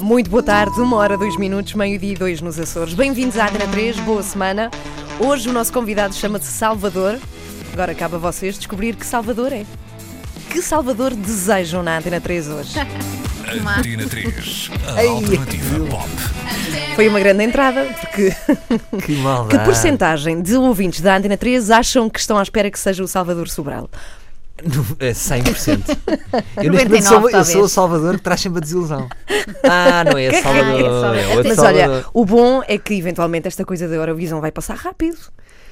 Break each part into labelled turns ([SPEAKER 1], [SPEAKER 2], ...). [SPEAKER 1] Muito boa tarde, uma hora, dois minutos, meio-dia e dois nos Açores. Bem-vindos à Antena 3, boa semana. Hoje o nosso convidado chama-se Salvador. Agora cabe a vocês descobrir que Salvador é. Que Salvador desejam na Antena 3 hoje?
[SPEAKER 2] Antena 3, a alternativa pop.
[SPEAKER 1] Foi uma grande entrada, porque
[SPEAKER 3] Que maldade.
[SPEAKER 1] que porcentagem de ouvintes da Antena 3 acham que estão à espera que seja o Salvador Sobral?
[SPEAKER 3] É 100%. Eu, neste momento,
[SPEAKER 4] 99,
[SPEAKER 3] sou, eu sou o
[SPEAKER 4] talvez.
[SPEAKER 3] Salvador que traz sempre a desilusão. Ah, não é esse Salvador. É outro
[SPEAKER 1] Mas
[SPEAKER 3] Salvador.
[SPEAKER 1] olha, o bom é que eventualmente esta coisa da Eurovisão vai passar rápido.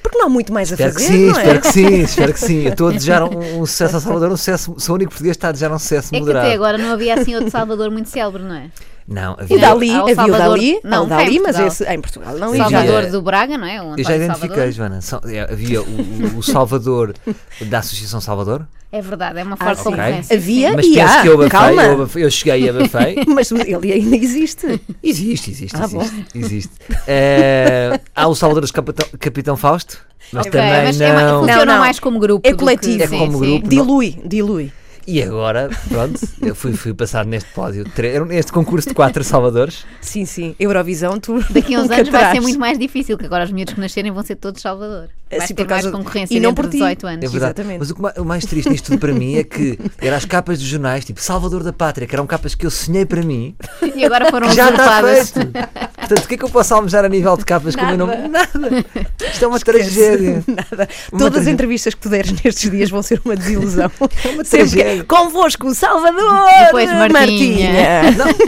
[SPEAKER 1] Porque não há muito mais a
[SPEAKER 3] Espero que
[SPEAKER 1] fazer,
[SPEAKER 3] sim,
[SPEAKER 1] não é?
[SPEAKER 3] espero que sim, espero que sim. Eu estou a desejar um, um sucesso ao Salvador, um sucesso. Sou o único português que está a desejar um sucesso
[SPEAKER 4] É que
[SPEAKER 3] moderado.
[SPEAKER 4] até agora não havia assim outro Salvador muito célebre, não é?
[SPEAKER 3] Não,
[SPEAKER 1] E
[SPEAKER 3] havia.
[SPEAKER 1] Dali,
[SPEAKER 4] Ao
[SPEAKER 1] havia o
[SPEAKER 4] Salvador-
[SPEAKER 1] Dali,
[SPEAKER 4] não,
[SPEAKER 1] há o Dali,
[SPEAKER 4] cá em
[SPEAKER 1] mas
[SPEAKER 4] Portugal.
[SPEAKER 1] esse em Portugal não
[SPEAKER 3] Sim,
[SPEAKER 1] existe.
[SPEAKER 4] Salvador
[SPEAKER 3] já-
[SPEAKER 4] do Braga, não é? O
[SPEAKER 3] Eu já
[SPEAKER 4] António
[SPEAKER 3] identifiquei,
[SPEAKER 4] Salvador.
[SPEAKER 3] Joana. Só- é, Havia o, o- o Salvador da Associação Salvador,
[SPEAKER 4] É verdade, é uma forte
[SPEAKER 1] Ah, sim.
[SPEAKER 4] concorrência.
[SPEAKER 1] Havia?
[SPEAKER 3] Ah, mas
[SPEAKER 1] E há,
[SPEAKER 3] penso que eu abafei,
[SPEAKER 1] calma.
[SPEAKER 3] eu, abafei- eu cheguei e abafei.
[SPEAKER 1] Mas ele ainda existe.
[SPEAKER 3] Existe, existe,
[SPEAKER 1] Ah,
[SPEAKER 3] existe. existe. Eh, há o Salvador dos Capitão, Capitão Fausto, mas
[SPEAKER 4] Ok,
[SPEAKER 3] também
[SPEAKER 4] mas é mais-
[SPEAKER 3] não.
[SPEAKER 4] funciona
[SPEAKER 1] Não, não.
[SPEAKER 4] mais como grupo.
[SPEAKER 1] É
[SPEAKER 4] do que-
[SPEAKER 1] coletivo.
[SPEAKER 3] É
[SPEAKER 4] sim,
[SPEAKER 3] como
[SPEAKER 4] sim.
[SPEAKER 3] grupo.
[SPEAKER 1] Dilui, dilui.
[SPEAKER 3] E agora, pronto, eu fui, fui passar neste pódio, tre- era neste concurso de quatro Salvadores.
[SPEAKER 1] Sim, sim. Eurovisão, tu.
[SPEAKER 4] Daqui a uns
[SPEAKER 1] nunca
[SPEAKER 4] anos vai ser
[SPEAKER 1] terás.
[SPEAKER 4] muito mais difícil, que agora os miúdos que nascerem vão ser todos Salvador. Vai
[SPEAKER 1] Sim,
[SPEAKER 4] ter
[SPEAKER 1] por
[SPEAKER 4] mais
[SPEAKER 1] causa-
[SPEAKER 4] concorrência
[SPEAKER 1] e não
[SPEAKER 4] dentro
[SPEAKER 1] por ti.
[SPEAKER 4] de 18 anos.
[SPEAKER 3] É verdade.
[SPEAKER 1] Exatamente.
[SPEAKER 3] Mas o, que ma- o mais triste nisto tudo para mim é que eram as capas dos jornais, tipo Salvador da Pátria, que eram capas que eu sonhei para mim,
[SPEAKER 4] E agora foram
[SPEAKER 3] que já tá está
[SPEAKER 4] usurpadas.
[SPEAKER 3] feito. Portanto, o que é que eu posso almejar a nível de capas como eu não. Nada! Isto é uma tragédia.
[SPEAKER 1] Nada.
[SPEAKER 3] Uma
[SPEAKER 1] Todas as
[SPEAKER 3] tragédia.
[SPEAKER 1] entrevistas que tu deres nestes dias vão ser uma desilusão. Sempre que é,
[SPEAKER 3] uma tragédia.
[SPEAKER 1] Convosco, Salvador!
[SPEAKER 4] Depois Martinha.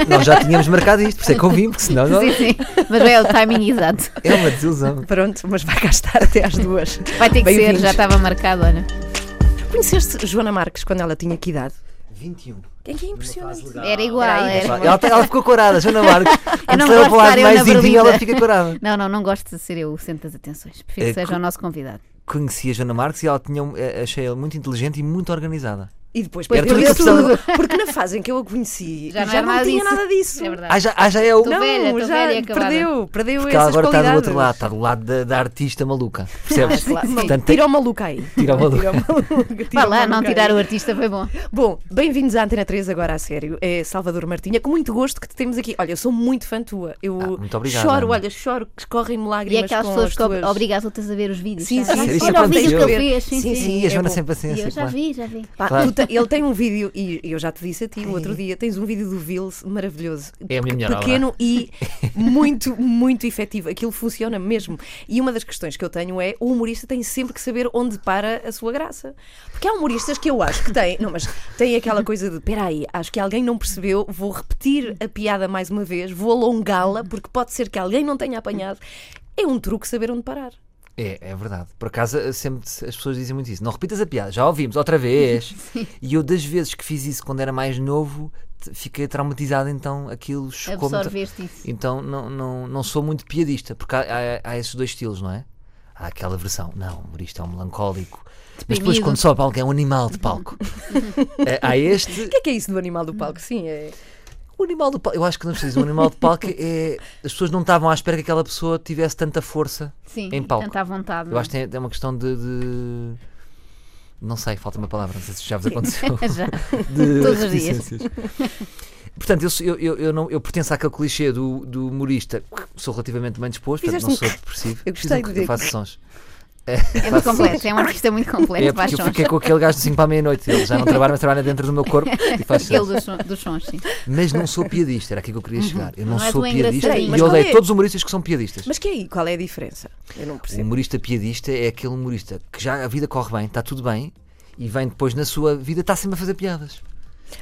[SPEAKER 3] Não, nós já tínhamos marcado isto, por isso é que eu vim, porque senão não,
[SPEAKER 4] Sim, sim. Mas é o timing exato.
[SPEAKER 3] é uma desilusão.
[SPEAKER 1] Pronto, mas vai cá estar até às duas.
[SPEAKER 4] Vai ter que ser,
[SPEAKER 1] Bem-vindos.
[SPEAKER 4] já tá- estava marcado, olha.
[SPEAKER 1] Conheceste Joana Marques quando ela tinha que idade?
[SPEAKER 3] 21.
[SPEAKER 1] É que é impressionante.
[SPEAKER 4] Era igual.
[SPEAKER 1] Espera aí,
[SPEAKER 4] era-
[SPEAKER 3] Ela, tá- ela ficou corada, Joana Marques. Quando
[SPEAKER 4] não
[SPEAKER 3] se leva para o lado
[SPEAKER 4] gosto de estar eu
[SPEAKER 3] mais
[SPEAKER 4] na
[SPEAKER 3] íntimo,
[SPEAKER 4] berlinda.
[SPEAKER 3] ela fica corada.
[SPEAKER 4] Não, não, não gosto de ser eu o centro das atenções. Prefiro
[SPEAKER 3] É,
[SPEAKER 4] que seja
[SPEAKER 3] co-
[SPEAKER 4] o nosso convidado.
[SPEAKER 3] Conheci a Joana Marques e ela tinha, um- eh, achei ela muito inteligente e muito organizada.
[SPEAKER 1] E depois
[SPEAKER 4] Pois,
[SPEAKER 1] perdeu
[SPEAKER 3] tudo que eu
[SPEAKER 1] tudo. Porque na fase em que eu a conheci, já
[SPEAKER 4] Já
[SPEAKER 1] não,
[SPEAKER 4] não era nada
[SPEAKER 1] tinha
[SPEAKER 4] disso.
[SPEAKER 1] nada disso.
[SPEAKER 4] É verdade.
[SPEAKER 3] Ah, já, ah, já é o.
[SPEAKER 4] Tô velha, tô
[SPEAKER 1] já
[SPEAKER 4] velha e acabada.
[SPEAKER 1] perdeu, perdeu
[SPEAKER 3] Porque
[SPEAKER 1] essas
[SPEAKER 3] ela agora está
[SPEAKER 1] qualidades.
[SPEAKER 3] do outro lado, tá? está do lado da, da artista maluca. Percebes?
[SPEAKER 4] claro, é? sim.
[SPEAKER 3] Portanto,
[SPEAKER 1] Tira o maluco aí.
[SPEAKER 3] Tira o maluco.
[SPEAKER 1] Tira o maluco. tira
[SPEAKER 4] Vá
[SPEAKER 1] o
[SPEAKER 4] lá,
[SPEAKER 1] maluco
[SPEAKER 4] não
[SPEAKER 1] aí.
[SPEAKER 4] tirar o artista foi bom.
[SPEAKER 1] Bom, bem-vindos à Antena 3 agora a sério. É Salvador Martinha, com muito gosto que te temos aqui. Olha, eu sou muito fã tua. Eu
[SPEAKER 3] Ah, muito obrigado,
[SPEAKER 1] choro,
[SPEAKER 3] Ana.
[SPEAKER 1] olha, choro que escorrem-me
[SPEAKER 4] E é
[SPEAKER 1] lágrimas
[SPEAKER 4] aquelas
[SPEAKER 1] com
[SPEAKER 4] pessoas
[SPEAKER 1] as
[SPEAKER 4] que
[SPEAKER 1] tuas...
[SPEAKER 4] ob- obrigam as outras a ver os vídeos.
[SPEAKER 1] Sim,
[SPEAKER 4] sabe?
[SPEAKER 1] sim,
[SPEAKER 4] Olha,
[SPEAKER 3] isso
[SPEAKER 4] olha o vídeo que
[SPEAKER 3] aconteceu.
[SPEAKER 4] ele fez. Sim,
[SPEAKER 1] Sim,
[SPEAKER 4] sim.
[SPEAKER 3] sim, a
[SPEAKER 1] é
[SPEAKER 3] Joana
[SPEAKER 1] bom.
[SPEAKER 3] sem paciência.
[SPEAKER 4] Eu já
[SPEAKER 3] claro.
[SPEAKER 4] vi, já vi.
[SPEAKER 1] Pá,
[SPEAKER 3] Claro.
[SPEAKER 1] tu te- ele tem um vídeo, e eu já te disse a ti o outro dia, tens um vídeo do Vils maravilhoso.
[SPEAKER 3] É a minha
[SPEAKER 1] Pe-
[SPEAKER 3] melhor obra.
[SPEAKER 1] Pequeno e muito, muito efetivo. Aquilo funciona mesmo. E uma das questões que eu tenho é: o humorista tem sempre que saber onde para a sua graça. Porque há humoristas que eu acho que têm, não, mas têm aquela coisa de: peraí, acho que alguém não percebeu, vou repetir a piada mais uma vez, vou alongá-la, porque pode ser que alguém não tenha apanhado. É um truque saber onde parar.
[SPEAKER 3] É, é verdade. Por acaso, eh, sempre se- as pessoas dizem muito isso. Não repitas a piada, já ouvimos outra vez. e eu, das vezes que fiz isso quando era mais novo, t- fiquei traumatizado, então aquilo chocou-me.
[SPEAKER 4] Absorveste isso.
[SPEAKER 3] Então não, não, não sou muito piadista, porque há, há- há esses dois estilos, não é? Há aquela versão, não, o humorista é um melancólico. Mas depois
[SPEAKER 4] Deprimido.
[SPEAKER 3] quando sobe palco é um animal de palco. É, há este.
[SPEAKER 1] O que é que é isso do animal do palco? Sim, é.
[SPEAKER 3] O animal do palco, eu acho que não precisa dizer, o animal de palco é. As pessoas não estavam à espera que aquela pessoa tivesse tanta força
[SPEAKER 4] Sim,
[SPEAKER 3] em palco.
[SPEAKER 4] tanta à vontade.
[SPEAKER 3] Eu acho que é- é uma questão de. de- Não sei, falta uma palavra, não sei se já vos aconteceu.
[SPEAKER 4] não é? Já.
[SPEAKER 3] de
[SPEAKER 4] Todos os dias.
[SPEAKER 3] reticências. Portanto, eu, sou- eu, eu, eu não, eu pertenço àquele clichê do, do humorista, sou relativamente bem disposto, portanto,
[SPEAKER 1] Fizeste
[SPEAKER 3] não
[SPEAKER 1] um
[SPEAKER 3] sou depressivo.
[SPEAKER 1] Eu
[SPEAKER 3] Fiz
[SPEAKER 1] gostei
[SPEAKER 3] um-
[SPEAKER 1] de
[SPEAKER 3] eu
[SPEAKER 1] dizer.
[SPEAKER 3] faço sons.
[SPEAKER 4] É muito complexo, é um artista muito
[SPEAKER 3] É
[SPEAKER 4] complexo. Faz
[SPEAKER 3] porque eu
[SPEAKER 4] sons.
[SPEAKER 3] fiquei com aquele gajo de 5 para a meia-noite. Ele já não trabalha, mas trabalha dentro do meu corpo e faz
[SPEAKER 4] Aquele
[SPEAKER 3] sons.
[SPEAKER 4] dos, son- dos sons, sim.
[SPEAKER 3] Mas não sou piadista, era aqui que eu queria chegar. Eu não,
[SPEAKER 4] Não és
[SPEAKER 3] sou
[SPEAKER 4] um
[SPEAKER 3] piadista
[SPEAKER 4] engraçadinho.
[SPEAKER 3] e
[SPEAKER 1] Mas
[SPEAKER 3] eu
[SPEAKER 1] qual
[SPEAKER 3] odeio
[SPEAKER 1] é?
[SPEAKER 3] todos os humoristas que são piadistas.
[SPEAKER 1] Mas que aí? Qual é a diferença? Eu não
[SPEAKER 3] O
[SPEAKER 1] percebo.
[SPEAKER 3] humorista piadista é aquele humorista que já a vida corre bem, está tudo bem, e vem depois na sua vida, está sempre a fazer piadas.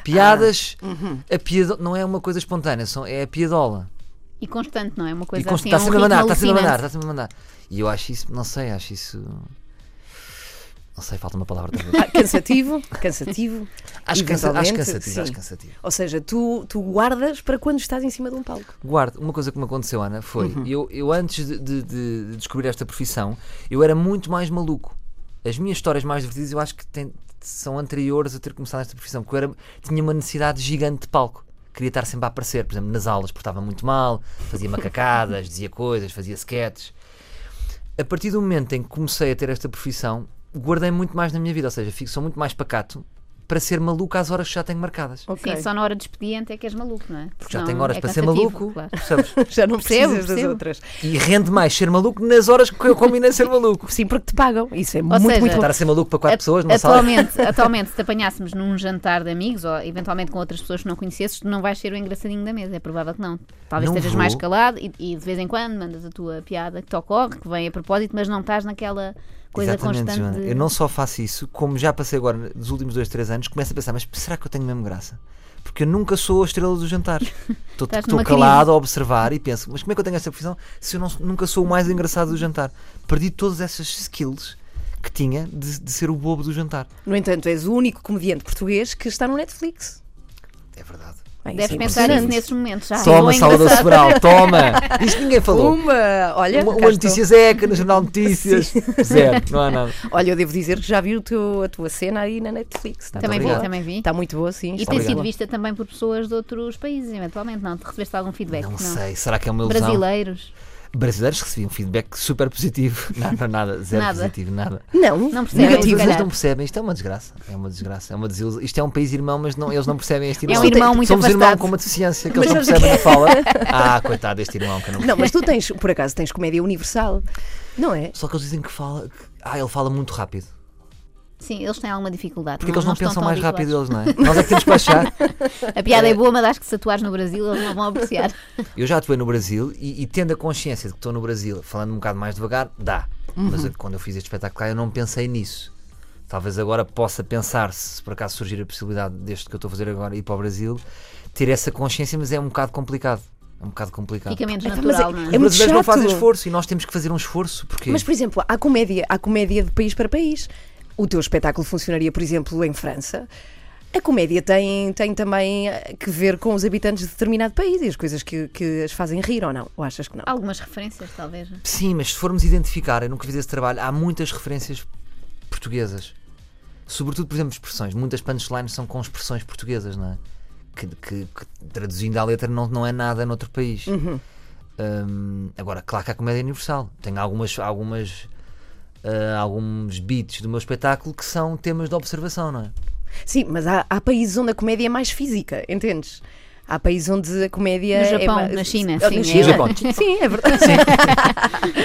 [SPEAKER 3] Piadas,
[SPEAKER 4] Ah, uhum.
[SPEAKER 3] a piado... não é uma coisa espontânea, são- é a piadola.
[SPEAKER 4] E constante, não é? Uma
[SPEAKER 3] E
[SPEAKER 4] coisa
[SPEAKER 3] const-
[SPEAKER 4] assim.
[SPEAKER 3] está
[SPEAKER 4] é um
[SPEAKER 3] sempre a mandar,
[SPEAKER 4] ritmo
[SPEAKER 3] está sempre a mandar,
[SPEAKER 4] alucinante.
[SPEAKER 3] está sempre a mandar. E eu acho isso, não sei, acho isso. Não sei, falta uma palavra talvez.
[SPEAKER 1] Ah, cansativo, cansativo.
[SPEAKER 3] Acho, cansa... acho
[SPEAKER 1] eventualmente,
[SPEAKER 3] cansativo,
[SPEAKER 1] sim.
[SPEAKER 3] acho cansativo.
[SPEAKER 1] Ou seja, tu, tu guardas para quando estás em cima de um palco.
[SPEAKER 3] Guardo, uma coisa que me aconteceu, Ana, foi
[SPEAKER 4] Uhum.
[SPEAKER 3] eu, eu antes de, de- de descobrir esta profissão, eu era muito mais maluco. As minhas histórias mais divertidas eu acho que têm- são anteriores a ter começado esta profissão, porque eu era- tinha uma necessidade gigante de palco. Queria estar sempre a aparecer, por exemplo, nas aulas, porque estava muito mal, fazia macacadas, dizia coisas, fazia sketches. A partir do momento em que comecei a ter esta profissão, guardei muito mais na minha vida, ou seja, fico, sou muito mais pacato para ser maluco às horas que já tenho marcadas.
[SPEAKER 4] Sim, só na hora de expediente é que és maluco, não é?
[SPEAKER 3] Porque já
[SPEAKER 4] Senão
[SPEAKER 3] tenho horas
[SPEAKER 4] é
[SPEAKER 3] para ser
[SPEAKER 4] cansativo,
[SPEAKER 3] maluco.
[SPEAKER 4] claro.
[SPEAKER 3] percebes?
[SPEAKER 1] Já não
[SPEAKER 4] Percebo,
[SPEAKER 1] precisas das
[SPEAKER 4] percebo.
[SPEAKER 1] outras.
[SPEAKER 3] E rende mais ser maluco nas horas que eu combinei ser maluco.
[SPEAKER 1] Sim, porque te pagam. Isso é muito,
[SPEAKER 4] seja,
[SPEAKER 1] muito bom.
[SPEAKER 3] Estar a ser maluco para quatro
[SPEAKER 4] Atu-
[SPEAKER 3] pessoas numa sala.
[SPEAKER 4] atualmente, atualmente, se te apanhássemos num jantar de amigos ou eventualmente com outras pessoas que não conhecesses, tu não vais ser o engraçadinho da mesa, é provável que não. Talvez
[SPEAKER 3] Não
[SPEAKER 4] estejas
[SPEAKER 3] vou.
[SPEAKER 4] mais calado e, e de vez em quando mandas a tua piada que te ocorre, que vem a propósito, mas não estás naquela coisa
[SPEAKER 3] Exatamente,
[SPEAKER 4] constante.
[SPEAKER 3] Joana.
[SPEAKER 4] de-
[SPEAKER 3] Eu não só faço isso, como já passei agora dos últimos dois, três anos, começo a pensar, mas será que eu tenho mesmo graça? Porque eu nunca sou a estrela do jantar. Estou
[SPEAKER 4] Estás
[SPEAKER 3] estou
[SPEAKER 4] numa
[SPEAKER 3] calado
[SPEAKER 4] crise.
[SPEAKER 3] a observar e penso, mas como é que eu tenho esta profissão se eu não- nunca sou o mais engraçado do jantar? Perdi todas essas skills que tinha de, de ser o bobo do jantar.
[SPEAKER 1] No entanto, és o único comediante português que está no Netflix.
[SPEAKER 3] É verdade.
[SPEAKER 1] Bem, isso
[SPEAKER 4] Deves
[SPEAKER 1] é
[SPEAKER 4] pensar nisso
[SPEAKER 1] impressionante.
[SPEAKER 4] nesses momentos já. Ou
[SPEAKER 3] Toma,
[SPEAKER 4] é
[SPEAKER 3] sala da
[SPEAKER 4] engraçado.
[SPEAKER 3] Sobral, toma! Isto ninguém falou.
[SPEAKER 1] Uma, olha,
[SPEAKER 3] Uma,
[SPEAKER 1] cá
[SPEAKER 3] uma
[SPEAKER 1] estou.
[SPEAKER 3] notícia Zeca, no Jornal de Notícias. Zero, não há nada.
[SPEAKER 1] Olha, eu devo dizer que já vi o teu- a tua cena aí na Netflix. Está
[SPEAKER 4] Também
[SPEAKER 1] muito
[SPEAKER 4] vi,
[SPEAKER 1] boa.
[SPEAKER 4] também vi.
[SPEAKER 1] Está muito boa, sim.
[SPEAKER 4] E
[SPEAKER 1] está
[SPEAKER 4] tem
[SPEAKER 1] muito
[SPEAKER 4] sido
[SPEAKER 1] boa.
[SPEAKER 4] vista também por pessoas de outros países, eventualmente, não? Te recebeste algum feedback?
[SPEAKER 3] Não sei, será que é uma ilusão?
[SPEAKER 4] Brasileiros.
[SPEAKER 3] Brasileiros recebiam feedback super positivo. Não, não, nada, zero
[SPEAKER 4] Nada.
[SPEAKER 3] positivo, nada.
[SPEAKER 1] Não,
[SPEAKER 4] Não
[SPEAKER 3] Negativo,
[SPEAKER 4] percebem,
[SPEAKER 1] negativo.
[SPEAKER 4] se
[SPEAKER 3] eles
[SPEAKER 4] calhar.
[SPEAKER 3] não percebem, isto é uma desgraça, é uma desgraça, é uma desilusão. Isto é um país irmão, mas não, eles não percebem este
[SPEAKER 4] um
[SPEAKER 3] irmão.
[SPEAKER 4] irmão muito
[SPEAKER 3] Somos irmão
[SPEAKER 4] afastado.
[SPEAKER 3] com uma deficiência que eles não
[SPEAKER 1] Mas
[SPEAKER 3] percebem na fala. Ah, coitado deste irmão que eu não,
[SPEAKER 1] Não, mas tu tens, por acaso, tens comédia universal, não é?
[SPEAKER 3] Só que eles dizem que fala. que- ah, ele fala muito rápido.
[SPEAKER 4] Sim, eles têm alguma dificuldade.
[SPEAKER 3] Porque é que eles não,
[SPEAKER 4] estão
[SPEAKER 3] pensam
[SPEAKER 4] tão
[SPEAKER 3] mais rápido
[SPEAKER 4] habituados.
[SPEAKER 3] eles, não é? Nós é que temos que baixar.
[SPEAKER 4] A piada é boa, mas acho que se atuares no Brasil eles não vão apreciar.
[SPEAKER 3] Eu já atuei no Brasil e, e tendo a consciência de que estou no Brasil, falando um bocado mais devagar, dá.
[SPEAKER 1] Uhum.
[SPEAKER 3] Mas eu- quando eu fiz este espetáculo cá, eu não pensei nisso. Talvez agora possa pensar, se por acaso surgir a possibilidade deste que eu estou a fazer agora ir para o Brasil, ter essa consciência, mas é um bocado complicado. É um bocado complicado.
[SPEAKER 4] Fica menos
[SPEAKER 1] Epá, mas
[SPEAKER 4] natural, não é?
[SPEAKER 1] é
[SPEAKER 3] Os
[SPEAKER 1] muito
[SPEAKER 3] brasileiros não
[SPEAKER 1] chato.
[SPEAKER 3] fazem esforço e nós temos que fazer um esforço porque
[SPEAKER 1] Mas, por exemplo, há comédia, há comédia de país para país. O teu espetáculo funcionaria, por exemplo, em França. A comédia tem, tem também eh, que ver com os habitantes de determinado país e as coisas que, que as fazem rir ou não? Ou achas que não?
[SPEAKER 4] Algumas referências, talvez.
[SPEAKER 3] Sim, mas se formos identificar, eu nunca fiz esse trabalho, há muitas referências portuguesas. Sobretudo, por exemplo, expressões. Muitas punchlines são com expressões portuguesas, não é? Que, que- que, traduzindo à letra não, não é nada noutro país. Hum, agora, claro que há comédia universal. Tenho algumas, algumas, ah, alguns beats do meu espetáculo que são temas de observação, não é?
[SPEAKER 1] Sim, mas há, há países onde a comédia é mais física, entendes? Há países onde a comédia
[SPEAKER 4] No Japão,
[SPEAKER 1] é mais...
[SPEAKER 4] na China,
[SPEAKER 1] Ah,
[SPEAKER 4] sim,
[SPEAKER 1] na
[SPEAKER 4] é.
[SPEAKER 1] China.
[SPEAKER 4] No Japão.
[SPEAKER 1] Sim, é verdade.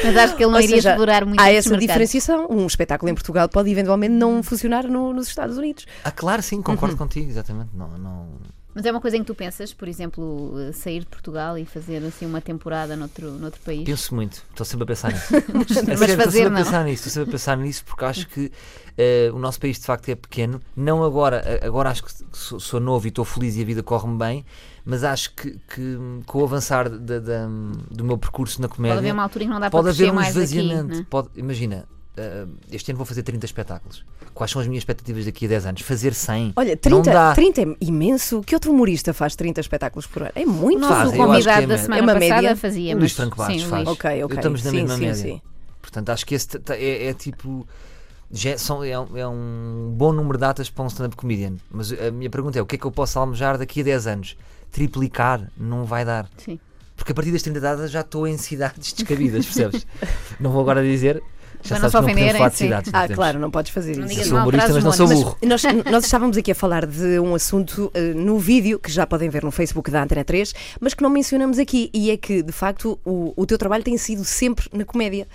[SPEAKER 4] Mas acho que ele não
[SPEAKER 1] Ou
[SPEAKER 4] iria
[SPEAKER 1] seja,
[SPEAKER 4] explorar muito
[SPEAKER 1] Há
[SPEAKER 4] esses
[SPEAKER 1] essa
[SPEAKER 4] mercados.
[SPEAKER 1] diferenciação. Um espetáculo em Portugal pode eventualmente não funcionar no- nos Estados Unidos.
[SPEAKER 3] Ah, claro, sim, concordo contigo, exatamente. Não, não...
[SPEAKER 4] Mas é uma coisa em que tu pensas, por exemplo, eh, sair de Portugal e fazer assim uma temporada noutro, noutro país.
[SPEAKER 3] Penso muito, estou sempre a pensar nisso.
[SPEAKER 4] Mas
[SPEAKER 3] A sério, estou
[SPEAKER 4] fazer
[SPEAKER 3] sempre a
[SPEAKER 4] não.
[SPEAKER 3] pensar nisso, estou sempre a pensar nisso porque acho que eh, o nosso país de facto é pequeno. Não agora, a- agora acho que sou, sou novo e estou feliz e a vida corre-me bem, mas acho que, que com o avançar da- da- do meu percurso na comédia
[SPEAKER 4] Pode haver uma altura em que não dá
[SPEAKER 3] é, né? pode
[SPEAKER 4] para
[SPEAKER 3] haver
[SPEAKER 4] crescer
[SPEAKER 3] um
[SPEAKER 4] mais aqui.
[SPEAKER 3] esvaziamento.
[SPEAKER 4] né?
[SPEAKER 3] pode, imagina, eh, este ano vou fazer 30 espetáculos. Quais são as minhas expectativas daqui a 10 anos? Fazer 100?
[SPEAKER 1] Olha,
[SPEAKER 3] não
[SPEAKER 1] 30,
[SPEAKER 3] dá.
[SPEAKER 1] 30 é imenso. Que outro humorista faz 30 espetáculos por ano? É
[SPEAKER 4] O
[SPEAKER 1] muito
[SPEAKER 4] nosso
[SPEAKER 3] Fazem, eu acho que
[SPEAKER 4] convidado
[SPEAKER 3] é
[SPEAKER 4] da
[SPEAKER 3] uma-
[SPEAKER 4] semana
[SPEAKER 1] é uma
[SPEAKER 4] passada
[SPEAKER 1] média.
[SPEAKER 4] fazia.
[SPEAKER 3] O
[SPEAKER 4] mas,
[SPEAKER 3] Luís Franco
[SPEAKER 4] sim,
[SPEAKER 3] Bastos
[SPEAKER 4] o
[SPEAKER 3] faz.
[SPEAKER 4] Luís.
[SPEAKER 1] Ok, ok.
[SPEAKER 3] Eu estamos na
[SPEAKER 1] Sim,
[SPEAKER 3] mesma
[SPEAKER 1] sim,
[SPEAKER 3] média.
[SPEAKER 1] sim.
[SPEAKER 3] Portanto, acho que esse t- t- é, é tipo. já são- é, um, é um bom número de datas para um stand-up comedian. Mas a minha pergunta é: o que é que eu posso almejar daqui a 10 anos? Triplicar não vai dar.
[SPEAKER 4] Sim.
[SPEAKER 3] Porque a partir das 30 datas já estou em cidades descabidas, percebes? não vou agora dizer. Já
[SPEAKER 4] Para
[SPEAKER 3] sabes
[SPEAKER 4] não se
[SPEAKER 3] que não podemos
[SPEAKER 4] ofenderem,
[SPEAKER 3] falar de
[SPEAKER 4] sim.
[SPEAKER 3] cidades. não
[SPEAKER 1] Ah,
[SPEAKER 3] podemos.
[SPEAKER 1] claro, não podes fazer isso.
[SPEAKER 4] Não
[SPEAKER 3] Eu
[SPEAKER 4] digas
[SPEAKER 3] sou
[SPEAKER 4] mal,
[SPEAKER 3] humorista, mas
[SPEAKER 4] frases
[SPEAKER 3] não sou
[SPEAKER 4] bonitas.
[SPEAKER 3] burro.
[SPEAKER 1] Nós, nós estávamos aqui a falar de um assunto eh, no vídeo que já podem ver no Facebook da Antena 3, mas que não mencionamos aqui, e é que, de facto, o, o teu trabalho tem sido sempre na comédia.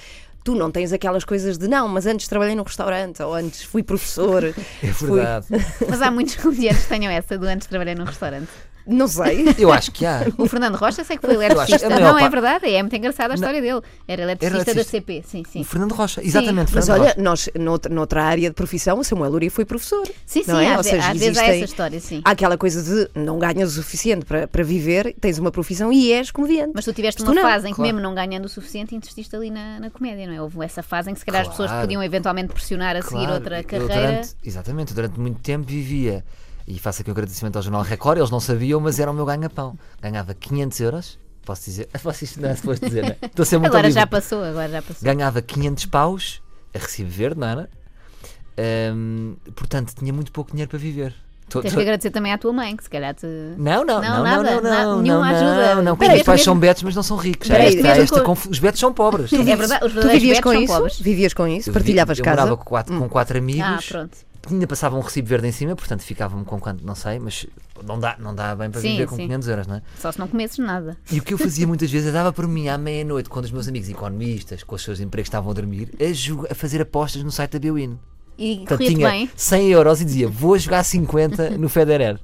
[SPEAKER 1] Tu não tens aquelas coisas de não, mas antes trabalhei num restaurante, ou antes fui professor.
[SPEAKER 3] É verdade.
[SPEAKER 4] Mas há muitos comediantes que tenham essa do antes de trabalhar num restaurante.
[SPEAKER 1] Não sei.
[SPEAKER 3] Eu acho que há.
[SPEAKER 4] O Fernando Rocha sei que foi
[SPEAKER 3] acho que a
[SPEAKER 4] eletricista.
[SPEAKER 3] maior
[SPEAKER 4] Não, é
[SPEAKER 3] parte-
[SPEAKER 4] verdade, é muito engraçada a história dele. Era eletricista da
[SPEAKER 3] eletricista.
[SPEAKER 4] CP, sim,
[SPEAKER 3] O
[SPEAKER 4] sim.
[SPEAKER 3] Fernando Rocha, exatamente.
[SPEAKER 1] Mas
[SPEAKER 3] Fernando
[SPEAKER 1] olha,
[SPEAKER 3] Rocha.
[SPEAKER 1] nós, noutra, noutra área de profissão, o Samuel Luria foi professor.
[SPEAKER 4] Sim, sim,
[SPEAKER 1] não é?
[SPEAKER 4] às,
[SPEAKER 1] Ou
[SPEAKER 4] ve-
[SPEAKER 1] seja,
[SPEAKER 4] às vezes há
[SPEAKER 1] existem-
[SPEAKER 4] essa história, sim.
[SPEAKER 1] Há aquela coisa de não ganhas o suficiente para, para viver, tens uma profissão e és comediante.
[SPEAKER 4] Mas tu tiveste
[SPEAKER 1] Tu
[SPEAKER 4] uma
[SPEAKER 1] não.
[SPEAKER 4] fase em que,
[SPEAKER 3] Claro.
[SPEAKER 4] mesmo não ganhando o suficiente, insististe ali na, na comédia, não é? Houve essa fase em que, se calhar, as pessoas te
[SPEAKER 3] Claro.
[SPEAKER 4] podiam eventualmente pressionar a seguir
[SPEAKER 3] Claro,
[SPEAKER 4] outra
[SPEAKER 3] eu
[SPEAKER 4] carreira.
[SPEAKER 3] Durante, exatamente, durante muito tempo vivia, e faço aqui um agradecimento ao Jornal Record, eles não sabiam, mas era o meu ganha-pão. Ganhava 500 euros, posso dizer, posso isto não é suposto dizer, não é? Estou a ser muito
[SPEAKER 4] Agora
[SPEAKER 3] livre.
[SPEAKER 4] já passou, agora já passou.
[SPEAKER 3] Ganhava 500 paus, a recibo verde, não era? Ahm, portanto, tinha muito pouco dinheiro para viver. Tô-
[SPEAKER 4] Tens
[SPEAKER 3] tô-
[SPEAKER 4] que agradecer também à tua mãe, que se calhar te.
[SPEAKER 3] Não, não, não,
[SPEAKER 4] Não,
[SPEAKER 3] não,
[SPEAKER 4] nada,
[SPEAKER 3] não,
[SPEAKER 4] na-
[SPEAKER 3] não, não,
[SPEAKER 4] nenhuma ajuda.
[SPEAKER 3] não, não, porque
[SPEAKER 4] Peraí,
[SPEAKER 3] os meus pais
[SPEAKER 4] mesmo-
[SPEAKER 3] são betos, mas não são ricos. Já
[SPEAKER 4] Peraí,
[SPEAKER 3] está
[SPEAKER 4] mesmo
[SPEAKER 3] esta
[SPEAKER 4] com-
[SPEAKER 3] conf- Os betos são pobres.
[SPEAKER 4] É verdade, os
[SPEAKER 1] Tu
[SPEAKER 4] verdadeiros
[SPEAKER 1] vivias
[SPEAKER 4] betos
[SPEAKER 1] com
[SPEAKER 4] são
[SPEAKER 1] isso?
[SPEAKER 4] pobres.
[SPEAKER 1] Vivias com isso?
[SPEAKER 3] Eu vivi-
[SPEAKER 1] Partilhavas
[SPEAKER 3] eu
[SPEAKER 1] casa?
[SPEAKER 3] morava com quatro, com quatro amigos.
[SPEAKER 4] Ah, pronto.
[SPEAKER 3] ainda passava um recibo verde em cima, portanto ficava-me com quanto, não sei, mas não dá, não dá bem para
[SPEAKER 4] Sim,
[SPEAKER 3] viver com
[SPEAKER 4] sim.
[SPEAKER 3] 500 euros, não é?
[SPEAKER 4] Só se não comesses nada.
[SPEAKER 3] E o que eu fazia muitas vezes, eu dava por mim à meia-noite, quando os meus amigos economistas, com os seus empregos estavam a dormir, a, joga- a fazer apostas no site da Bwin.
[SPEAKER 4] E
[SPEAKER 1] Então
[SPEAKER 3] Portanto,
[SPEAKER 4] corria-te
[SPEAKER 3] tinha
[SPEAKER 4] bem.
[SPEAKER 3] 100 euros e dizia, vou jogar 50 no Federer.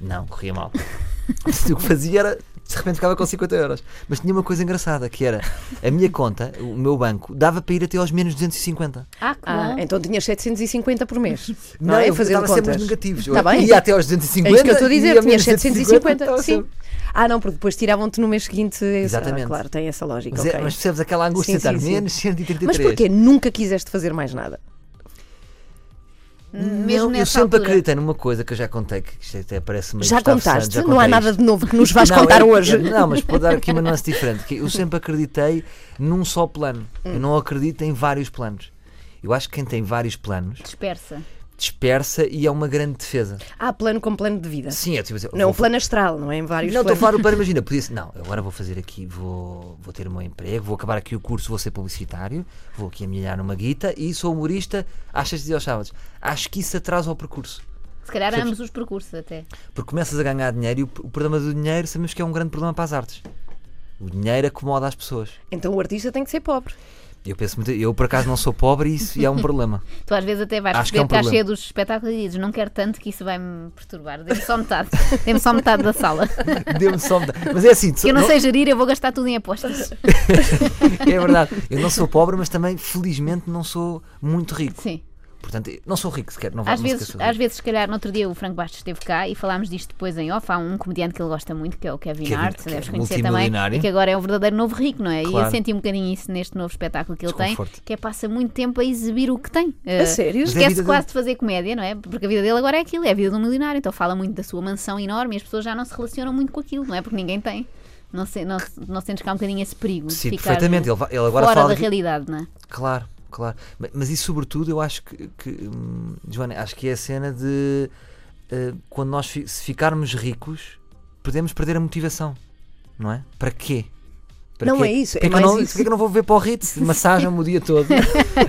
[SPEAKER 3] Não, corria mal. Portanto, o que fazia era, de repente ficava com 50 euros. Mas tinha uma coisa engraçada, que era, a minha conta, o meu banco, dava para ir até aos menos 250.
[SPEAKER 4] Ah, que
[SPEAKER 1] Ah,
[SPEAKER 4] bom.
[SPEAKER 1] então tinhas 750 por mês. Não,
[SPEAKER 3] Não,
[SPEAKER 1] é?
[SPEAKER 3] eu
[SPEAKER 1] Fazendo
[SPEAKER 3] estava sempre
[SPEAKER 1] contas.
[SPEAKER 3] nos negativos. Eu
[SPEAKER 1] Tá bem.
[SPEAKER 3] ia até aos
[SPEAKER 1] É
[SPEAKER 3] 250.
[SPEAKER 1] isso que eu estou a
[SPEAKER 3] e
[SPEAKER 1] dizer,
[SPEAKER 3] ia
[SPEAKER 1] tinhas
[SPEAKER 3] menos
[SPEAKER 1] 750,
[SPEAKER 3] estava
[SPEAKER 1] sim.
[SPEAKER 3] tá sempre-
[SPEAKER 1] Ah, não, porque depois tiravam-te no mês seguinte. essa-
[SPEAKER 3] Exatamente.
[SPEAKER 1] Claro, tem essa lógica.
[SPEAKER 3] Mas, é-
[SPEAKER 1] ok.
[SPEAKER 3] mas percebes aquela
[SPEAKER 1] Sim,
[SPEAKER 3] angústia de estar
[SPEAKER 1] sim, sim.
[SPEAKER 3] menos 133.
[SPEAKER 1] Mas porquê? Nunca quiseste fazer mais nada.
[SPEAKER 4] Mesmo
[SPEAKER 3] não, eu
[SPEAKER 4] nessa
[SPEAKER 3] sempre
[SPEAKER 4] altura.
[SPEAKER 3] acreditei numa coisa que eu já contei, que isto até parece meio
[SPEAKER 1] Já
[SPEAKER 3] Gustavo
[SPEAKER 1] contaste?
[SPEAKER 3] Santos, já
[SPEAKER 1] não há
[SPEAKER 3] contei
[SPEAKER 1] nada
[SPEAKER 3] isto.
[SPEAKER 1] de novo que nos vais contar
[SPEAKER 3] eu-
[SPEAKER 1] hoje.
[SPEAKER 3] Não, mas vou dar aqui uma nuance diferente. Que eu sempre acreditei num só plano.
[SPEAKER 1] Hum.
[SPEAKER 3] Eu não acredito em vários planos. Eu acho que quem tem vários planos
[SPEAKER 4] Dispersa.
[SPEAKER 3] dispersa e é uma grande defesa.
[SPEAKER 1] Há Ah, plano como plano de vida.
[SPEAKER 3] Sim, é tipo assim,
[SPEAKER 1] Não,
[SPEAKER 3] vou
[SPEAKER 1] o plano astral, não é? Em vários
[SPEAKER 3] Não, estou a
[SPEAKER 1] planos.
[SPEAKER 3] falar o plano, imagina, podia ser, não, agora vou fazer aqui, vou, vou ter o meu emprego, vou acabar aqui o curso, vou ser publicitário, vou aqui amelhar numa guita e sou humorista às sextas e aos sábados. Acho que isso atrasa o percurso,
[SPEAKER 4] Se calhar
[SPEAKER 3] Percebes?
[SPEAKER 4] ambos os percursos até.
[SPEAKER 3] porque começas a ganhar dinheiro e o, o problema do dinheiro sabemos que é um grande problema para as artes. O dinheiro acomoda as pessoas.
[SPEAKER 1] Então o artista tem que ser pobre.
[SPEAKER 3] Eu penso muito, eu por acaso não sou pobre e isso é um problema.
[SPEAKER 4] Tu às vezes até vais
[SPEAKER 3] Acho que é um
[SPEAKER 4] perceber que estás cheia
[SPEAKER 3] problema.
[SPEAKER 4] dos espetáculos e dizes não quero tanto que isso vai me perturbar. Dê-me só metade. Dê-me só metade da sala.
[SPEAKER 3] Deu-me só. Mas é assim,
[SPEAKER 4] Que eu não sei gerir, eu vou gastar tudo em apostas.
[SPEAKER 3] é verdade. Eu não sou pobre, mas também felizmente não sou muito rico.
[SPEAKER 4] Sim.
[SPEAKER 3] Portanto, eu não sou rico sequer, não vá-
[SPEAKER 4] Às
[SPEAKER 3] não sequer
[SPEAKER 4] vezes,
[SPEAKER 3] sou rico.
[SPEAKER 4] às vezes, se calhar, no outro dia o Franco Bastos esteve cá e falámos disto depois em off. Há um comediante que ele gosta muito, que é o Kevin,
[SPEAKER 3] Kevin-
[SPEAKER 4] Hart,
[SPEAKER 3] que é
[SPEAKER 4] deves conhecer também,
[SPEAKER 3] multimilionário.
[SPEAKER 4] e que agora é um verdadeiro novo rico, não é? E eu
[SPEAKER 3] Claro.
[SPEAKER 4] senti um bocadinho isso neste novo espetáculo que ele tem,
[SPEAKER 3] Desconforto.
[SPEAKER 4] que é passa muito tempo a exibir o que tem. Eh,
[SPEAKER 1] sério?
[SPEAKER 3] Mas é a
[SPEAKER 4] Esquece
[SPEAKER 3] vida
[SPEAKER 4] quase
[SPEAKER 3] dele.
[SPEAKER 4] de fazer comédia, não é? Porque a vida dele agora é aquilo, é a vida de um milionário, então fala muito da sua mansão enorme e as pessoas já não se relacionam muito com aquilo, não é? Porque ninguém tem. Não, se, não, não sentes cá um bocadinho esse perigo
[SPEAKER 3] Sim,
[SPEAKER 4] de ficar
[SPEAKER 3] perfeitamente. Ele, va- ele agora
[SPEAKER 4] fora
[SPEAKER 3] fala
[SPEAKER 4] da
[SPEAKER 3] de-
[SPEAKER 4] realidade, não é?
[SPEAKER 3] Claro, claro. Ma- Mas isso, sobretudo, eu acho que, que, hum, Joana, acho que é a cena de eh, quando nós fi- se ficarmos ricos, podemos perder a motivação, não é? Para quê? Para
[SPEAKER 1] Não
[SPEAKER 3] quê?
[SPEAKER 1] é isso, é
[SPEAKER 3] Porquê que eu
[SPEAKER 1] mais
[SPEAKER 3] não,
[SPEAKER 1] isso.
[SPEAKER 3] porquê que eu não vou ver para o Ritz? Massagem o dia todo.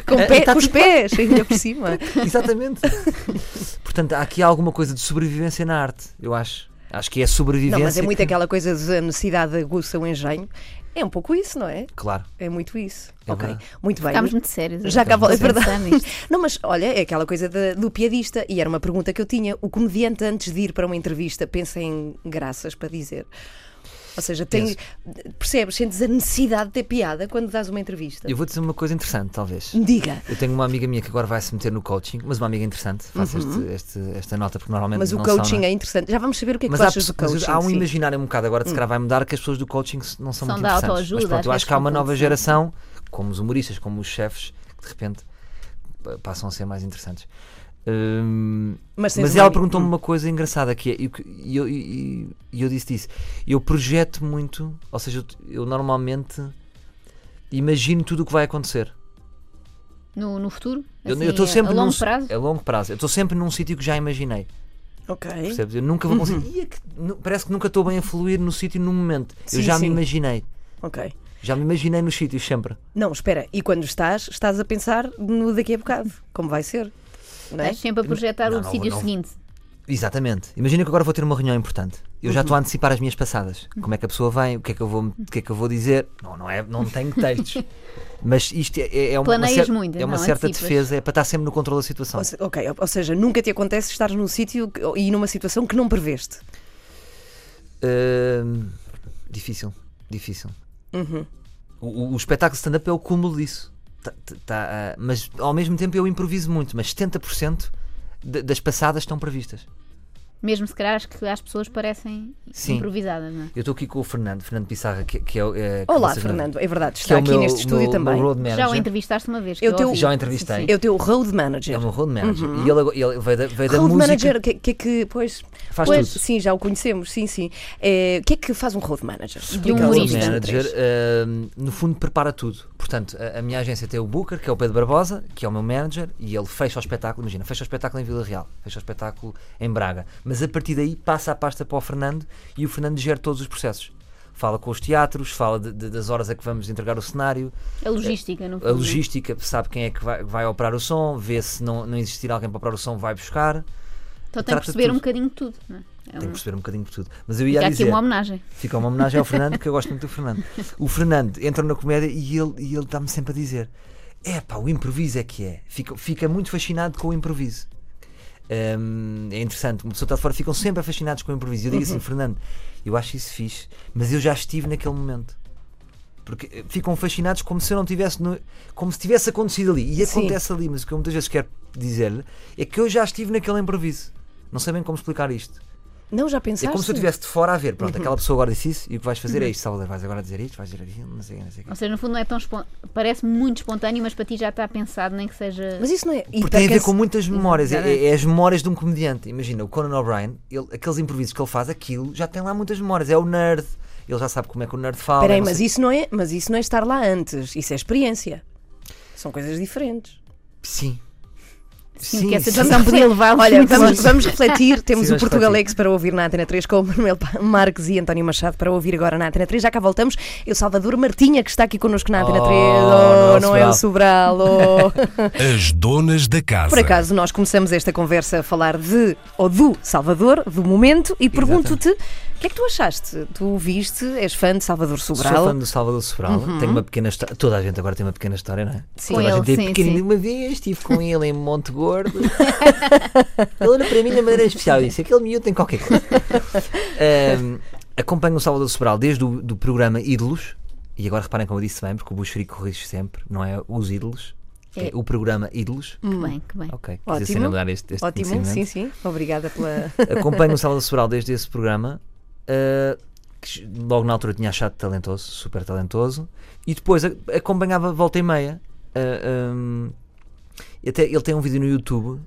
[SPEAKER 1] Com,
[SPEAKER 3] É,
[SPEAKER 1] pé-
[SPEAKER 3] tá
[SPEAKER 1] com os
[SPEAKER 3] tudo
[SPEAKER 1] pés, ainda por cima.
[SPEAKER 3] Exatamente. Portanto, há aqui alguma coisa de sobrevivência na arte, eu acho. Acho que é sobrevivência.
[SPEAKER 1] Não, mas é muito
[SPEAKER 3] que-
[SPEAKER 1] aquela coisa de a necessidade aguça o engenho. É um pouco isso, não é?
[SPEAKER 3] Claro.
[SPEAKER 1] É muito isso.
[SPEAKER 3] É
[SPEAKER 1] ok.
[SPEAKER 3] verdade.
[SPEAKER 1] Muito bem.
[SPEAKER 4] Ficámos muito sérios.
[SPEAKER 1] Já cá vou- é verdade.
[SPEAKER 4] Pensando nisto.
[SPEAKER 1] Não, mas olha, é aquela coisa da- do piadista. E era uma pergunta que eu tinha. O comediante, antes de ir para uma entrevista, pensa em graças para dizer. Ou seja, tem, percebes, sentes a necessidade de ter piada quando dás uma entrevista.
[SPEAKER 3] Eu vou dizer uma coisa interessante, talvez.
[SPEAKER 1] Diga.
[SPEAKER 3] Eu tenho uma amiga minha que agora vai se meter no coaching, mas uma amiga interessante, faço este- este- esta nota porque normalmente
[SPEAKER 1] Uhum. Mas o
[SPEAKER 3] não
[SPEAKER 1] coaching
[SPEAKER 3] são, não é?
[SPEAKER 1] é interessante. Já vamos saber o que é que
[SPEAKER 3] Mas
[SPEAKER 1] tu
[SPEAKER 3] há,
[SPEAKER 1] achas do
[SPEAKER 3] pessoas-
[SPEAKER 1] coaching.
[SPEAKER 3] há um
[SPEAKER 1] sim. Hum.
[SPEAKER 3] imaginário um bocado agora, se calhar vai mudar, que as pessoas do coaching se- não são,
[SPEAKER 4] São
[SPEAKER 3] muito
[SPEAKER 4] da
[SPEAKER 3] interessantes.
[SPEAKER 4] autoajuda,
[SPEAKER 3] Mas pronto, eu
[SPEAKER 4] às
[SPEAKER 3] acho que há uma
[SPEAKER 4] vezes
[SPEAKER 3] nova
[SPEAKER 4] são
[SPEAKER 3] geração, como os humoristas, como os chefes, que de repente pa- passam a ser mais interessantes. Hum,
[SPEAKER 1] Mas
[SPEAKER 3] mas
[SPEAKER 1] tens um
[SPEAKER 3] ela
[SPEAKER 1] amigo.
[SPEAKER 3] perguntou-me uma coisa engraçada que é, e o que- e eu, e- e eu disse isso, eu projeto muito, ou seja, eu- eu normalmente imagino tudo o que vai acontecer.
[SPEAKER 4] No, no futuro?
[SPEAKER 3] Eu
[SPEAKER 4] Assim,
[SPEAKER 3] eu estou sempre
[SPEAKER 4] a longo
[SPEAKER 3] num, É?
[SPEAKER 4] prazo?
[SPEAKER 3] A longo prazo. Eu estou sempre num sítio que já imaginei.
[SPEAKER 1] Ok.
[SPEAKER 4] É?
[SPEAKER 3] Percebes? Eu nunca vou conseguir.
[SPEAKER 4] Uhum.
[SPEAKER 3] Ia que- nu- parece que nunca estou bem a fluir no sítio no momento.
[SPEAKER 1] Sim,
[SPEAKER 3] eu já
[SPEAKER 1] sim.
[SPEAKER 3] me imaginei.
[SPEAKER 1] Ok.
[SPEAKER 3] Já me imaginei nos sítios sempre.
[SPEAKER 1] Não, espera. E quando estás, estás a pensar no daqui a bocado. Como vai ser? Não é?
[SPEAKER 4] Estás sempre a projetar
[SPEAKER 3] Não,
[SPEAKER 4] o
[SPEAKER 3] não,
[SPEAKER 4] sítio
[SPEAKER 3] não.
[SPEAKER 4] seguinte.
[SPEAKER 3] Exatamente. Imagina que agora vou ter uma reunião importante. Eu já
[SPEAKER 4] Uhum.
[SPEAKER 3] estou a antecipar as minhas passadas. Como é que a pessoa vem? O que é que eu vou, o que é que eu vou dizer? Não, não, é, não tenho textos. Mas isto é, é- é uma, uma,
[SPEAKER 4] Planeias
[SPEAKER 3] cer-
[SPEAKER 4] muito,
[SPEAKER 3] é uma
[SPEAKER 4] não, Tipo,
[SPEAKER 3] certa
[SPEAKER 4] antecipas.
[SPEAKER 3] defesa, é para estar sempre no controle da situação.
[SPEAKER 1] Ou se- ok, ou- ou seja, nunca te acontece estar num sítio que- e numa situação que não preveste.
[SPEAKER 3] Hum, difícil, difícil.
[SPEAKER 1] Uhum.
[SPEAKER 3] O- O, o espetáculo stand-up é o cúmulo disso. Tá- tá- tá, ah, mas ao mesmo tempo eu improviso muito, mas 70% da- das passadas estão previstas.
[SPEAKER 4] Mesmo se calhar acho que às pessoas parecem
[SPEAKER 3] Sim.
[SPEAKER 4] improvisadas, não é?
[SPEAKER 3] Eu estou aqui com o Fernando, Fernando Pissarra, que, que é, o- é que
[SPEAKER 1] Olá,
[SPEAKER 3] vocês-
[SPEAKER 1] Fernando. É verdade,
[SPEAKER 3] que
[SPEAKER 1] está
[SPEAKER 3] é o
[SPEAKER 1] aqui
[SPEAKER 3] meu-
[SPEAKER 1] neste
[SPEAKER 3] o
[SPEAKER 1] estúdio
[SPEAKER 3] meu-
[SPEAKER 1] também. é um
[SPEAKER 3] meu road
[SPEAKER 4] Já o
[SPEAKER 3] manager.
[SPEAKER 4] entrevistaste uma vez. que
[SPEAKER 1] Eu
[SPEAKER 4] eu
[SPEAKER 1] teu-
[SPEAKER 4] ouvi.
[SPEAKER 3] Já o entrevistei.
[SPEAKER 1] É o teu road
[SPEAKER 3] É
[SPEAKER 1] manager.
[SPEAKER 3] o meu road manager. E ele, agora- ele veio da, veio da
[SPEAKER 1] Uhum. road
[SPEAKER 3] música.
[SPEAKER 1] manager, o que, que é que. Pois,
[SPEAKER 3] Faz
[SPEAKER 1] pois,
[SPEAKER 3] tudo.
[SPEAKER 1] sim, já o conhecemos, sim, sim. É, o que é que faz um road manager? Um Explica-nos
[SPEAKER 3] O road
[SPEAKER 1] isto
[SPEAKER 4] humorista.
[SPEAKER 1] em
[SPEAKER 3] um manager,
[SPEAKER 1] três.
[SPEAKER 3] hum, no fundo, prepara tudo. Portanto, a, a minha agência tem o Booker, que é o Pedro Barbosa, que é o meu manager, e ele fecha o espetáculo. Imagina, fecha o espetáculo em Vila Real, fecha o espetáculo em Braga. Mas a partir daí passa a pasta para o Fernando e o Fernando gera todos os processos. fala com os teatros, fala de- de- das horas a que vamos entregar o cenário,
[SPEAKER 4] A logística, no fundo.
[SPEAKER 3] a
[SPEAKER 1] Uhum.
[SPEAKER 3] logística, sabe quem é que vai, vai operar o som, vê se não, não existir alguém para operar o som, vai buscar.
[SPEAKER 4] Então tem que
[SPEAKER 3] trata
[SPEAKER 4] perceber
[SPEAKER 3] tudo.
[SPEAKER 4] um bocadinho de tudo. Não é? é
[SPEAKER 1] Uhum.
[SPEAKER 3] Tem que
[SPEAKER 4] um...
[SPEAKER 3] perceber um bocadinho por tudo. Mas eu ia
[SPEAKER 4] Fica aqui
[SPEAKER 3] dizer.
[SPEAKER 4] uma homenagem.
[SPEAKER 3] Fica uma homenagem ao Fernando, que eu gosto muito do Fernando. O Fernando entra na comédia e ele e ele está-me sempre a dizer: é pá, o improviso é que é. Fica, fica muito fascinado com o improviso. Hum, é interessante, uma pessoa está de fora, ficam sempre fascinados com o improviso. Eu digo assim, Fernando, eu acho isso fixe, mas eu já estive naquele momento. Porque eh, ficam fascinados como se eu não tivesse, no- como se tivesse acontecido ali. E
[SPEAKER 1] Sim.
[SPEAKER 3] acontece ali, mas o que eu muitas vezes quero dizer-lhe é que eu já estive naquele improviso. Não sei bem como explicar isto.
[SPEAKER 1] Não, já
[SPEAKER 3] É
[SPEAKER 1] pensaste?
[SPEAKER 3] como se eu estivesse de fora a ver.
[SPEAKER 4] Uhum.
[SPEAKER 3] Pronto, aquela pessoa agora disse isso e o que vais fazer é isto, Salvador. Vais agora dizer isto, vais dizer aquilo, não sei, o quê, não sei. o quê.
[SPEAKER 4] Ou seja, no fundo não é tão espon... Parece muito espontâneo, mas para ti já está pensado, nem que seja.
[SPEAKER 1] Mas isso não é. e
[SPEAKER 3] Porque
[SPEAKER 1] para
[SPEAKER 3] tem a
[SPEAKER 1] quem
[SPEAKER 3] ver com
[SPEAKER 1] se-
[SPEAKER 3] muitas
[SPEAKER 4] Uhum.
[SPEAKER 3] memórias. É,
[SPEAKER 4] exatamente.
[SPEAKER 3] é- é as memórias de um comediante. Imagina, o Conan O'Brien, ele- aqueles improvisos que ele faz, aquilo já tem lá muitas memórias. É o nerd, ele já sabe como é que o nerd fala.
[SPEAKER 1] Peraí,
[SPEAKER 3] não
[SPEAKER 1] mas
[SPEAKER 3] sei-
[SPEAKER 1] isso não é, mas isso não é estar lá antes, isso é experiência. São coisas diferentes.
[SPEAKER 3] Sim.
[SPEAKER 4] Sim, que essa é
[SPEAKER 3] sim.
[SPEAKER 4] discussão Então, podia levar
[SPEAKER 1] Olha, vamos, vamos refletir. Temos
[SPEAKER 3] Sim,
[SPEAKER 1] o
[SPEAKER 3] vamos
[SPEAKER 1] Portugalex para ouvir na Antena 3 com o Manuel Pa- Marques e António Machado para ouvir agora na Antena 3. Já cá voltamos. Eu, Salvador Martinha, que está aqui connosco na Antena
[SPEAKER 3] Oh,
[SPEAKER 1] 3.
[SPEAKER 3] não é
[SPEAKER 1] Oh,
[SPEAKER 3] o
[SPEAKER 1] não é o Sobral. oh.
[SPEAKER 2] As donas da casa.
[SPEAKER 1] Por acaso, nós começamos esta conversa a falar de ou do Salvador, do momento, e pergunto-te o que é que tu achaste? Tu o viste? És fã de Salvador
[SPEAKER 3] Sou
[SPEAKER 1] Sobral?
[SPEAKER 3] fã do Salvador Sobral, tenho uma pequena história. Toda a gente agora tem uma pequena história, não é?
[SPEAKER 1] Sim.
[SPEAKER 3] Toda a
[SPEAKER 4] Com
[SPEAKER 3] gente
[SPEAKER 4] ele,
[SPEAKER 3] é
[SPEAKER 4] sim,
[SPEAKER 3] pequenino.
[SPEAKER 4] sim.
[SPEAKER 3] Uma vez estive com ele em Monte Gordo. ele olhou para mim de maneira especial e disse: aquele miúdo tem qualquer coisa. Ahm, acompanho o Salvador Sobral desde o do programa Ídolos. E agora reparem como eu disse bem, porque o Buxerico corrige sempre, não é os ídolos, é,
[SPEAKER 4] É. Hum.
[SPEAKER 3] o programa Ídolos.
[SPEAKER 1] é
[SPEAKER 4] Que bem, que bem.
[SPEAKER 3] Ok, quis
[SPEAKER 1] Ótimo.
[SPEAKER 3] assinalar este, este
[SPEAKER 1] Ótimo,
[SPEAKER 3] conhecimento
[SPEAKER 1] sim, sim. Obrigada pela.
[SPEAKER 3] acompanho o Salvador Sobral desde esse programa. ah, que logo na altura tinha achado talentoso, super talentoso, e depois a- acompanhava volta e meia. ah, hum, e até ele tem um vídeo no YouTube